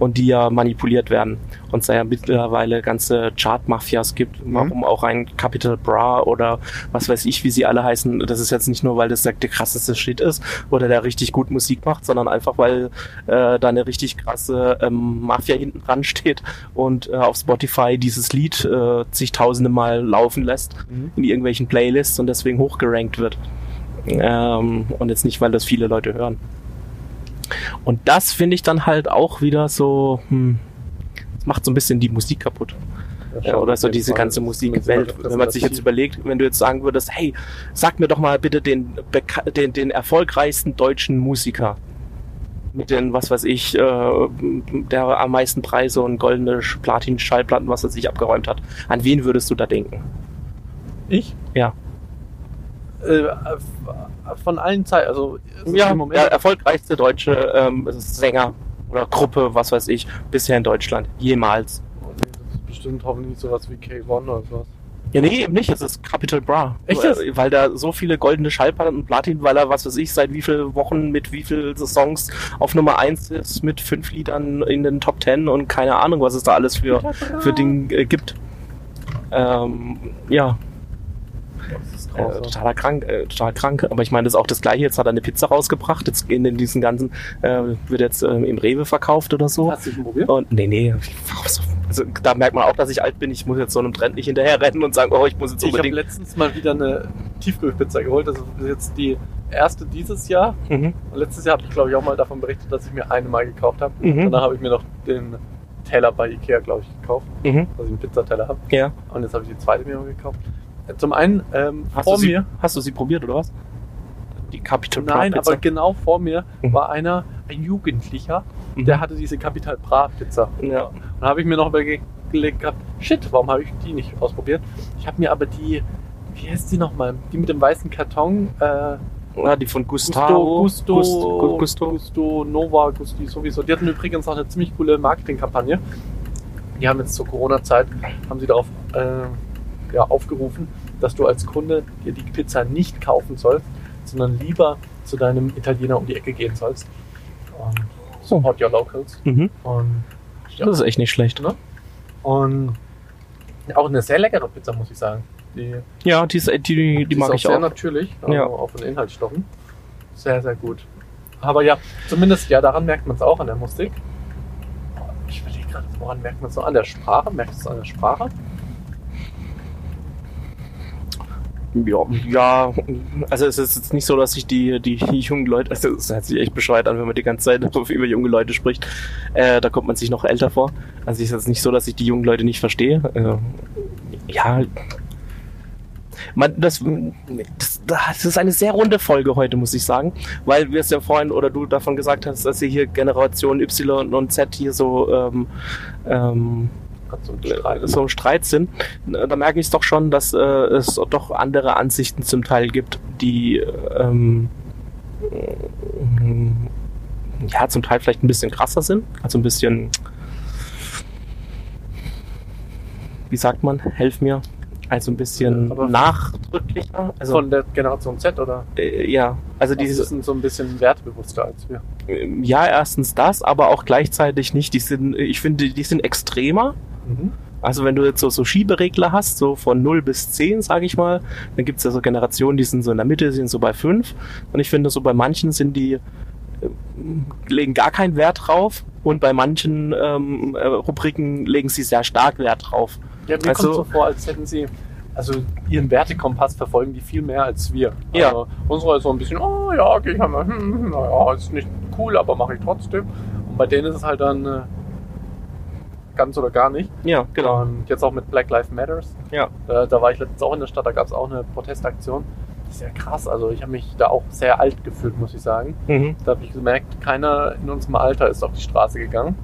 und die ja manipuliert werden. Und es da ja mittlerweile ganze Chart-Mafias gibt, warum auch ein Capital Bra oder was weiß ich, wie sie alle heißen. Das ist jetzt nicht nur, weil das der, der krasseste Shit ist oder der richtig gut Musik macht, sondern einfach, weil äh, da eine richtig krasse ähm, Mafia hinten dran steht und äh, auf Spotify dieses Lied äh, zigtausende Mal laufen lässt in irgendwelchen Playlists und deswegen hochgerankt wird. Ähm, und jetzt nicht, weil das viele Leute hören. Und das finde ich dann halt auch wieder so, hm, das macht so ein bisschen die Musik kaputt. Ja, oder so diese ganze Musikwelt. Wenn man sich jetzt überlegt, wenn du jetzt sagen würdest, hey, sag mir doch mal bitte den, beka- den, den erfolgreichsten deutschen Musiker. Mit den, was weiß ich, äh, der am meisten Preise und goldene Sch- Platin-Schallplatten, was er sich abgeräumt hat. An wen würdest du da denken?
Ich?
Ja.
Äh, von allen Zeiten, also es ist
Ja,
im
der
Moment
erfolgreichste deutsche ähm, Sänger oder Gruppe, was weiß ich, bisher in Deutschland. Jemals.
Oh, Das ist bestimmt hoffentlich sowas wie K1 oder sowas.
Ja, nee, eben nicht. Es ist Capital Bra.
Echt
Weil- äh,
jetzt?
Weil da so viele goldene Schallplatten und Platin, weil er, was weiß ich, seit wie vielen Wochen mit wie vielen Songs auf Nummer 1 ist, mit fünf Liedern in den Top 10 und keine Ahnung, was es da alles für, für Dinge äh, gibt. Ähm, ja,
Das ist
äh, totaler krank, äh, total krank. Aber ich meine, das ist auch das Gleiche. Jetzt hat er eine Pizza rausgebracht. Jetzt gehen in diesen ganzen, äh, wird jetzt ähm, im Rewe verkauft oder so.
Hast du schon probiert?
Und nee, nee. Also, da merkt man auch, dass ich alt bin. Ich muss jetzt so einem Trend nicht hinterher rennen und sagen, oh, ich muss jetzt
Ich habe
unbedingt.
letztens mal wieder eine Tiefkühlpizza geholt. Das ist jetzt die erste dieses Jahr.
Mhm.
Und letztes Jahr habe ich, glaube ich, auch mal davon berichtet, dass ich mir eine mal gekauft habe.
Mhm.
Danach habe ich mir noch den Teller bei Ikea, glaube ich, gekauft,
Mhm.
dass ich einen Pizzateller habe.
Ja.
Und jetzt habe ich die zweite mir gekauft. Zum einen ähm,
Hast
vor
du sie,
mir,
Hast du sie probiert oder was? Die Capital Bra
nein,
Pizza.
aber genau vor mir
Mhm.
war einer, ein Jugendlicher,
Mhm.
der hatte diese Capital Bra Pizza.
ja.
Und da habe ich mir noch überlegt gehabt, shit, warum habe ich die nicht ausprobiert? Ich habe mir aber die, wie heißt die nochmal? Die mit dem weißen Karton, äh,
ja, Ah, die von Gustavo.
Gusto, Gusto,
Gust- Gu-
Gusto,
Gusto.
Nova, Gusti sowieso. Die hatten übrigens auch eine ziemlich coole Marketingkampagne. Die haben jetzt zur Corona-Zeit, haben sie darauf äh, ja, aufgerufen, dass du als Kunde dir die Pizza nicht kaufen sollst, sondern lieber zu deinem Italiener um die Ecke gehen sollst. Und support your locals.
Mhm.
Und,
Das ist echt nicht schlecht.
und auch eine sehr leckere Pizza, muss ich sagen. Die,
Ja, die, ist, äh, die, die, die
ist
mag
auch
ich
sehr
auch.
natürlich, also
Ja.
auch von den Inhaltsstoffen. Sehr, sehr gut. Aber ja, zumindest, ja, daran merkt man es auch an der Musik. Ich überlege gerade, woran merkt man es noch? An der Sprache? Merkt man es an der Sprache?
Ja, ja, also es ist jetzt nicht so, dass ich die, die jungen Leute, also es hört sich echt bescheuert an, wenn man die ganze Zeit über junge Leute spricht. Äh, da kommt man sich noch älter vor. Also es ist jetzt nicht so, dass ich die jungen Leute nicht verstehe. Äh, ja. Man, das, das, das ist eine sehr runde Folge heute, muss ich sagen. Weil wir es ja vorhin oder du davon gesagt hast, dass ihr hier Generation Y und Z hier so ähm, ähm,
Gott, so ein Streit.
so im Streit sind, da merke ich es doch schon, dass äh, es doch andere Ansichten zum Teil gibt, die ähm, ähm, ja zum Teil vielleicht ein bisschen krasser sind, also ein bisschen wie sagt man, helf mir, also ein bisschen
Aber-
nachdrücklicher, also
Von der Generation Z, oder?
äh, ja, also
Die
dieses
sind so ein bisschen wertbewusster als wir.
ähm, ja erstens das, aber auch gleichzeitig nicht, die sind äh, ich finde, die sind extremer
Mhm.
Also wenn du jetzt so, so Schieberegler hast, so von 0 bis 10, sage ich mal, dann gibt's ja so Generationen, die sind so in der Mitte, die sind so bei 5. Und ich finde, so bei manchen sind die, äh, legen gar keinen Wert drauf und bei manchen ähm, äh, Rubriken legen sie sehr stark Wert drauf.
Ja, mir
Also-
kommt so vor, als hätten sie. Also ihren Wertekompass verfolgen die viel mehr als wir.
Ja.
Also unsere ist so ein bisschen, oh ja, okay, ich habe, hm, naja, ist nicht cool, aber mache ich trotzdem. Und bei denen ist es halt dann äh, ganz oder gar nicht.
Ja, genau.
Und jetzt auch mit Black Lives Matters.
Ja.
Da, da war ich letztens auch in der Stadt, da gab es auch eine Protestaktion. Das ist ja krass. Also ich habe mich da auch sehr alt gefühlt, muss ich sagen.
Mhm.
Da habe ich gemerkt, keiner in unserem Alter ist auf die Straße gegangen,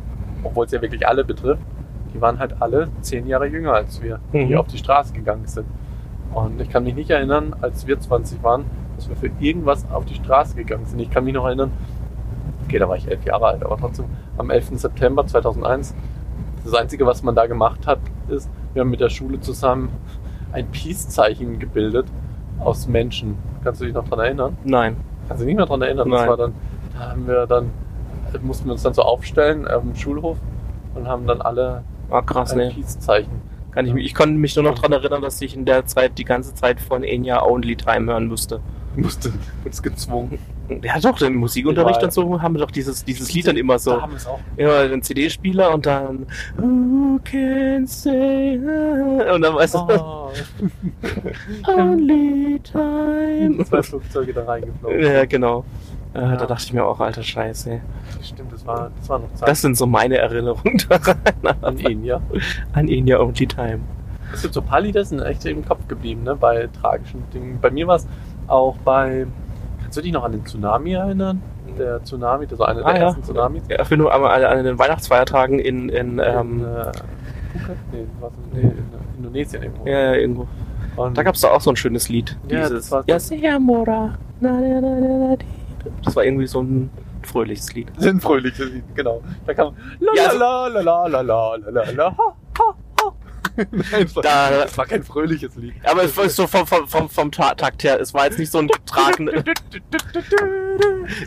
obwohl es ja wirklich alle betrifft. Die waren halt alle zehn Jahre jünger als wir, die
Mhm.
auf die Straße gegangen sind. Und ich kann mich nicht erinnern, als wir 20 waren, dass wir für irgendwas auf die Straße gegangen sind. Ich kann mich noch erinnern, okay, da war ich elf Jahre alt, aber trotzdem, am 11. September 2001, das Einzige, was man da gemacht hat, ist, wir haben mit der Schule zusammen ein Peace-Zeichen gebildet aus Menschen. Kannst du dich noch dran erinnern?
Nein.
kann sich nicht mehr dran erinnern. Das
Nein.
war dann, da haben wir dann, äh, mussten wir uns dann so aufstellen am Schulhof und haben dann alle
Ah, krass,
ein
ne.
Peace-Zeichen.
Kann ich, mich- ich konnte mich nur noch dran erinnern, dass ich in der Zeit die ganze Zeit von Enya Only Time hören musste.
Musste uns gezwungen.
Ja doch, im Musikunterricht
Ja.
und so haben wir doch dieses, dieses Lied dann immer so.
Da haben wir es auch.
Ja, den CD-Spieler und dann Who can say Und dann weißt du
Oh,
Only time
zwei Flugzeuge da reingeflogen.
Ja, genau. Äh,
Ja.
Da dachte ich mir auch, alter Scheiße. ey.
Stimmt, das war, das war noch Zeit.
Das sind so meine Erinnerungen daran
an ihn, ja.
an India Only Time.
Es gibt so ein paar Lieder, die sind echt im Kopf geblieben, ne, bei tragischen Dingen. Bei mir war es auch bei, kannst du dich noch an den Tsunami erinnern? Der Tsunami, das war einer der
Ah, ja.
ersten Tsunamis.
Ja, ich bin nur einmal an, an den Weihnachtsfeiertagen in,
in,
in, ähm,
äh, Phuket? nee, was, nee, in Indonesien irgendwo.
ja, ja, irgendwo.
Und
Da gab es doch auch so ein schönes Lied.
Ja, das
dieses
war-
Ja, sehr Mora. Na, na, na, na, na, die. Das war irgendwie so ein fröhliches Lied.
Ein fröhliches Lied, genau. Da kam la
Ja,
la la la la la la la la la ha, ha, ha. Nein, es war,
Da-
es war kein fröhliches Lied.
Aber es war so vom, vom, vom, vom Ta- Takt her, es war jetzt nicht so ein getragener.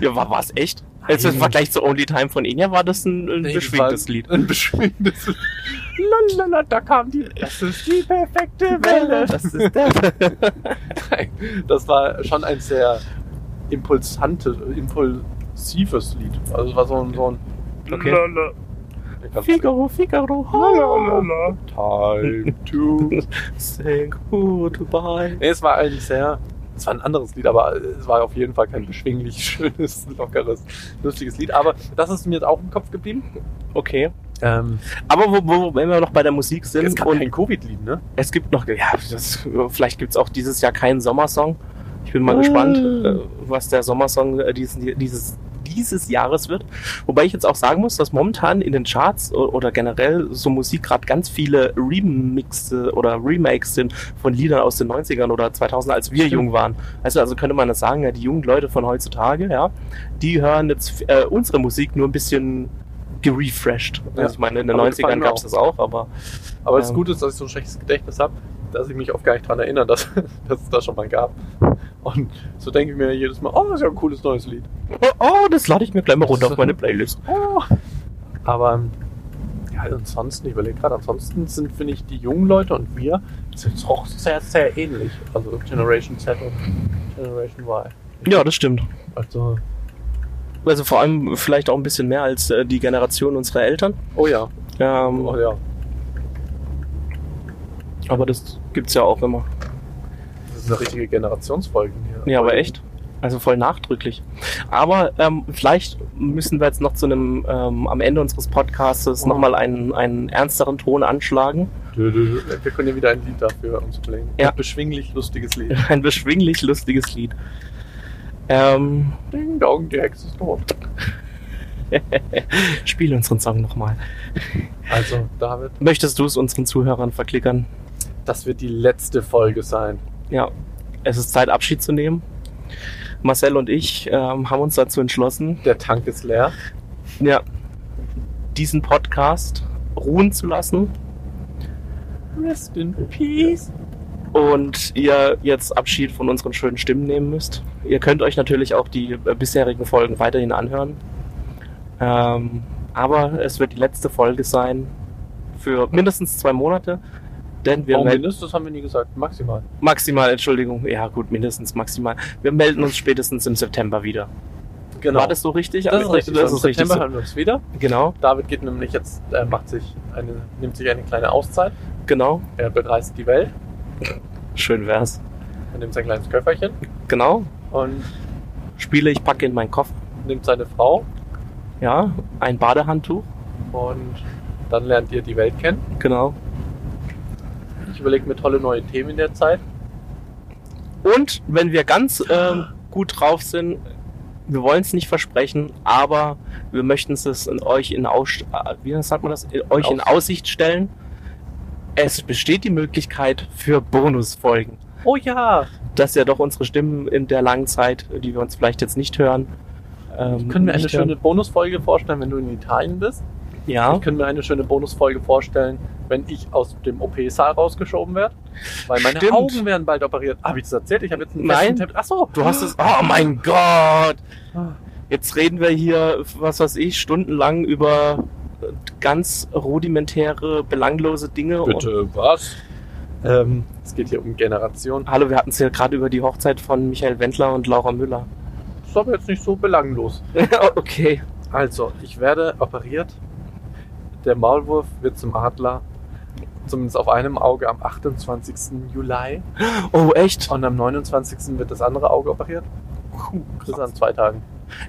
ja, war, war es echt? Jetzt im Vergleich zu Only Time von Inja war das ein, ein
Nee, das
beschwingtes
war
Lied.
Ein beschwingtes Lied.
Lalala, da kam die. Das ist die perfekte Welle. Das ist der.
Nein, das war schon ein sehr impulsante, impulsives Lied. Also es war so ein, so ein
Okay.
Lala. Ich kann's nicht.
Figaro, Figaro, hallo.
Time to.
Say goodbye.
Nee, es war ein sehr. Es war ein anderes Lied, aber es war auf jeden Fall kein beschwinglich schönes, lockeres, lustiges Lied. Aber das ist mir jetzt auch im Kopf geblieben.
Okay.
Ähm,
Aber wo, wo, wenn wir noch bei der Musik sind
es gab
und
kein Covid-Lied, ne?
es gibt noch, ja, das, vielleicht gibt's auch dieses Jahr keinen Sommersong. Ich bin mal gespannt, äh, was der Sommersong äh, diesen, dieses, dieses Jahres wird. Wobei ich jetzt auch sagen muss, dass momentan in den Charts o- oder generell so Musik gerade ganz viele Remixe oder Remakes sind von Liedern aus den 90ern oder 2000, als wir jung waren. Also, also könnte man das sagen, ja, die jungen Leute von heutzutage, ja, die hören jetzt äh, unsere Musik nur ein bisschen gerefreshed.
Ja.
Also ich meine, in den
Aber
90ern
gefallen mir
gab's
auch.
das auch, aber
Aber das
Ähm.
Gute ist, dass ich so ein schlechtes Gedächtnis habe, dass ich mich oft gar nicht daran erinnere, dass, dass es das schon mal gab. Und so denke ich mir jedes Mal, oh, das ist ja ein cooles neues Lied.
Oh, oh, das lade ich mir gleich mal runter auf meine Playlist.
Oh. Aber ähm, ja, ansonsten, ich überlege gerade, ansonsten sind, finde ich, die jungen Leute und wir sind auch sehr, sehr ähnlich. Also Generation Z und Generation Y.
Ja, das stimmt.
Also,
Also vor allem vielleicht auch ein bisschen mehr als äh, die Generation unserer Eltern.
oh ja,
Ähm,
oh ja.
Aber das gibt's ja auch immer.
Das ist eine richtige Generationsfolge hier.
Ja, aber echt. Also voll nachdrücklich. Aber ähm, vielleicht müssen wir jetzt noch zu einem ähm, am Ende unseres Podcasts
Mhm.
nochmal einen, einen ernsteren Ton anschlagen.
Wir können ja wieder ein Lied dafür uns playen.
Ja.
Ein beschwinglich lustiges Lied.
Ein beschwinglich lustiges Lied. Ähm,
Ding Dong, die Hexe ist tot.
spiel unseren Song nochmal.
Also, David,
Möchtest du es unseren Zuhörern verklickern?
das wird die letzte Folge sein.
Ja, es ist Zeit, Abschied zu nehmen. Marcel und ich ähm, haben uns dazu entschlossen,
Der Tank ist leer.
ja, diesen Podcast ruhen zu lassen
Rest in peace.
und ihr jetzt Abschied von unseren schönen Stimmen nehmen müsst. Ihr könnt euch natürlich auch die äh, bisherigen Folgen weiterhin anhören. Ähm, aber es wird die letzte Folge sein für mindestens zwei Monate, denn wir
Warum
melden
mindestens? Das haben wir nie gesagt. Maximal.
maximal, Entschuldigung, ja gut, mindestens maximal. Wir melden uns spätestens im September wieder.
Genau.
War das so richtig?
Das ist richtig.
Das
Im
ist richtig.
September
so.
hören wir uns wieder.
Genau,
David geht nämlich jetzt, äh, macht sich eine, nimmt sich eine kleine Auszeit.
genau.
Er bereist die Welt.
Schön wär's.
Er nimmt sein kleines Köfferchen
Genau.
und
Spiele, ich packe in meinen Koffer.
nimmt seine Frau.
Ja, ein Badehandtuch.
Und dann lernt ihr die Welt kennen.
Genau.
Ich überlege mir tolle neue Themen in der Zeit.
Und wenn wir ganz ähm, gut drauf sind, wir wollen es nicht versprechen, aber wir möchten es in euch in Aus äh, wie sagt man das? In, euch in
Aussicht.
Aussicht stellen. Es besteht die Möglichkeit für Bonusfolgen,
Oh ja,
dass ihr doch unsere Stimmen in der langen Zeit, die wir uns vielleicht jetzt nicht hören, ähm,
ich könnte mir eine
nicht
schöne Bonusfolge vorstellen, wenn du in Italien bist.
hören. ja
Ich könnte mir eine schöne Bonusfolge vorstellen, wenn ich aus dem OP-Saal rausgeschoben werde. Weil meine
Stimmt.
Augen werden bald operiert. Hab ich das erzählt? Ich habe jetzt einen
Nein.
festen Termin. Ach so.
Du hast es. Oh mein Gott!
Ah.
Jetzt reden wir hier, was weiß ich, stundenlang über äh, ganz rudimentäre, belanglose Dinge. Und,
was? Ähm, es geht hier um Generation.
hallo, wir hatten es ja gerade über die Hochzeit von Michael Wendler und Laura Müller.
Das ist aber jetzt nicht so belanglos.
okay.
Also, ich werde operiert. Der Maulwurf wird zum Adler. Zumindest auf einem Auge am 28. Juli.
Oh, echt?
Und am 29. wird das andere Auge operiert. Das ist an zwei Tagen.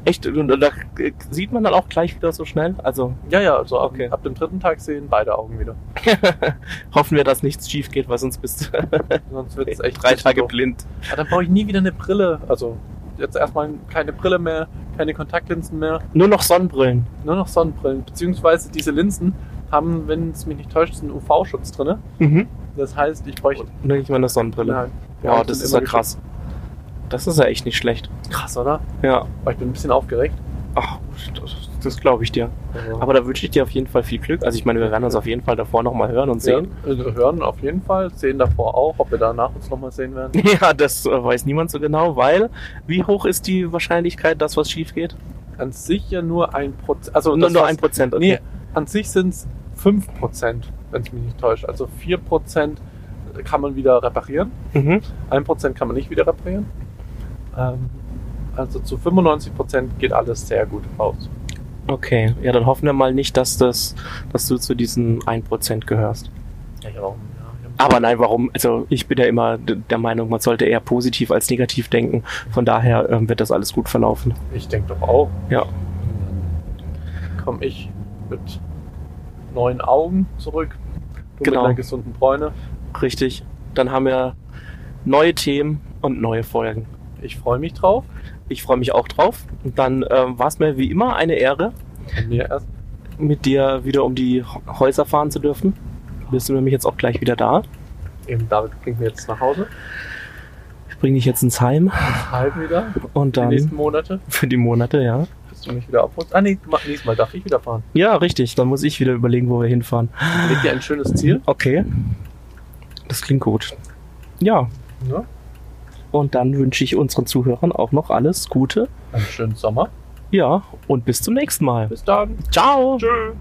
Echt? Und da äh, sieht man dann auch gleich wieder so schnell? Also
Ja, ja, also ab,
Okay.
ab dem dritten Tag sehen beide Augen wieder.
hoffen wir, dass nichts schief geht, weil sonst bist du
Sonst wird es echt
drei
richtig
Tage
doof.
blind.
Ah, dann brauche ich nie wieder eine Brille. Also jetzt erstmal keine Brille mehr, keine Kontaktlinsen mehr,
Nur noch Sonnenbrillen.
nur noch Sonnenbrillen. Beziehungsweise diese Linsen haben, wenn es mich nicht täuscht, einen UV-Schutz drinne.
Mhm.
Das heißt, ich bräuchte.
Nur nicht mal eine Sonnenbrille.
Nein, die
oh,
Augen
das
sind
ist ja
immer
krass. Das ist ja echt nicht schlecht.
geschützt. Krass, oder?
Ja.
Aber ich bin ein bisschen aufgeregt.
Ach, das- das glaube ich dir.
Also,
Aber da wünsche ich dir auf jeden Fall viel Glück. Also ich meine, wir werden uns auf jeden Fall davor nochmal hören und sehen.
Ja, also hören auf jeden Fall, sehen davor auch, ob wir danach uns nochmal sehen werden.
Ja, das äh, weiß niemand so genau, weil wie hoch ist die Wahrscheinlichkeit, dass was schief geht?
An sich ja nur ein Prozent. Also
So, nur
das,
nur
was-
ein Prozent.
Nee, an sich sind es 5%, wenn ich mich nicht täusche. Also 4% kann man wieder reparieren,
Mhm.
1% kann man nicht wieder reparieren. Ähm, also zu 95% geht alles sehr gut aus.
Okay, ja, dann hoffen wir mal nicht, dass das, dass du zu diesen 1% gehörst.
Ja, ja, warum? Ja, ich hab-
Aber nein, warum? Also ich bin ja immer d- der Meinung, man sollte eher positiv als negativ denken. Von daher ähm, wird das alles gut verlaufen.
Ich denke doch auch.
Ja.
Komme ich mit neuen Augen zurück. Du
Genau.
mit einer gesunden Bräune.
Richtig. Dann haben wir neue Themen und neue Folgen.
Ich freue mich drauf.
Ich freue mich auch drauf. Und dann ähm, war es mir wie immer eine Ehre,
Und mir erst
mit dir wieder um die H- Häuser fahren zu dürfen. Bist du nämlich jetzt auch gleich wieder da.
eben David bringt mir jetzt nach Hause.
Ich bringe dich jetzt ins Heim
Halb wieder.
und
Die nächsten
dann
Monate.
für die Monate, ja.
Bist du mich wieder abholst? Ah, nee, ma- nächstes Mal darf ich wieder fahren.
Ja, richtig. Dann muss ich wieder überlegen, wo wir hinfahren.
Leg dir ein schönes Ziel.
Okay. Das klingt gut. Ja,
Ja.
und dann wünsche ich unseren Zuhörern auch noch alles Gute.
Einen schönen Sommer.
Ja, und bis zum nächsten Mal.
Bis dann.
Ciao.
Tschüss.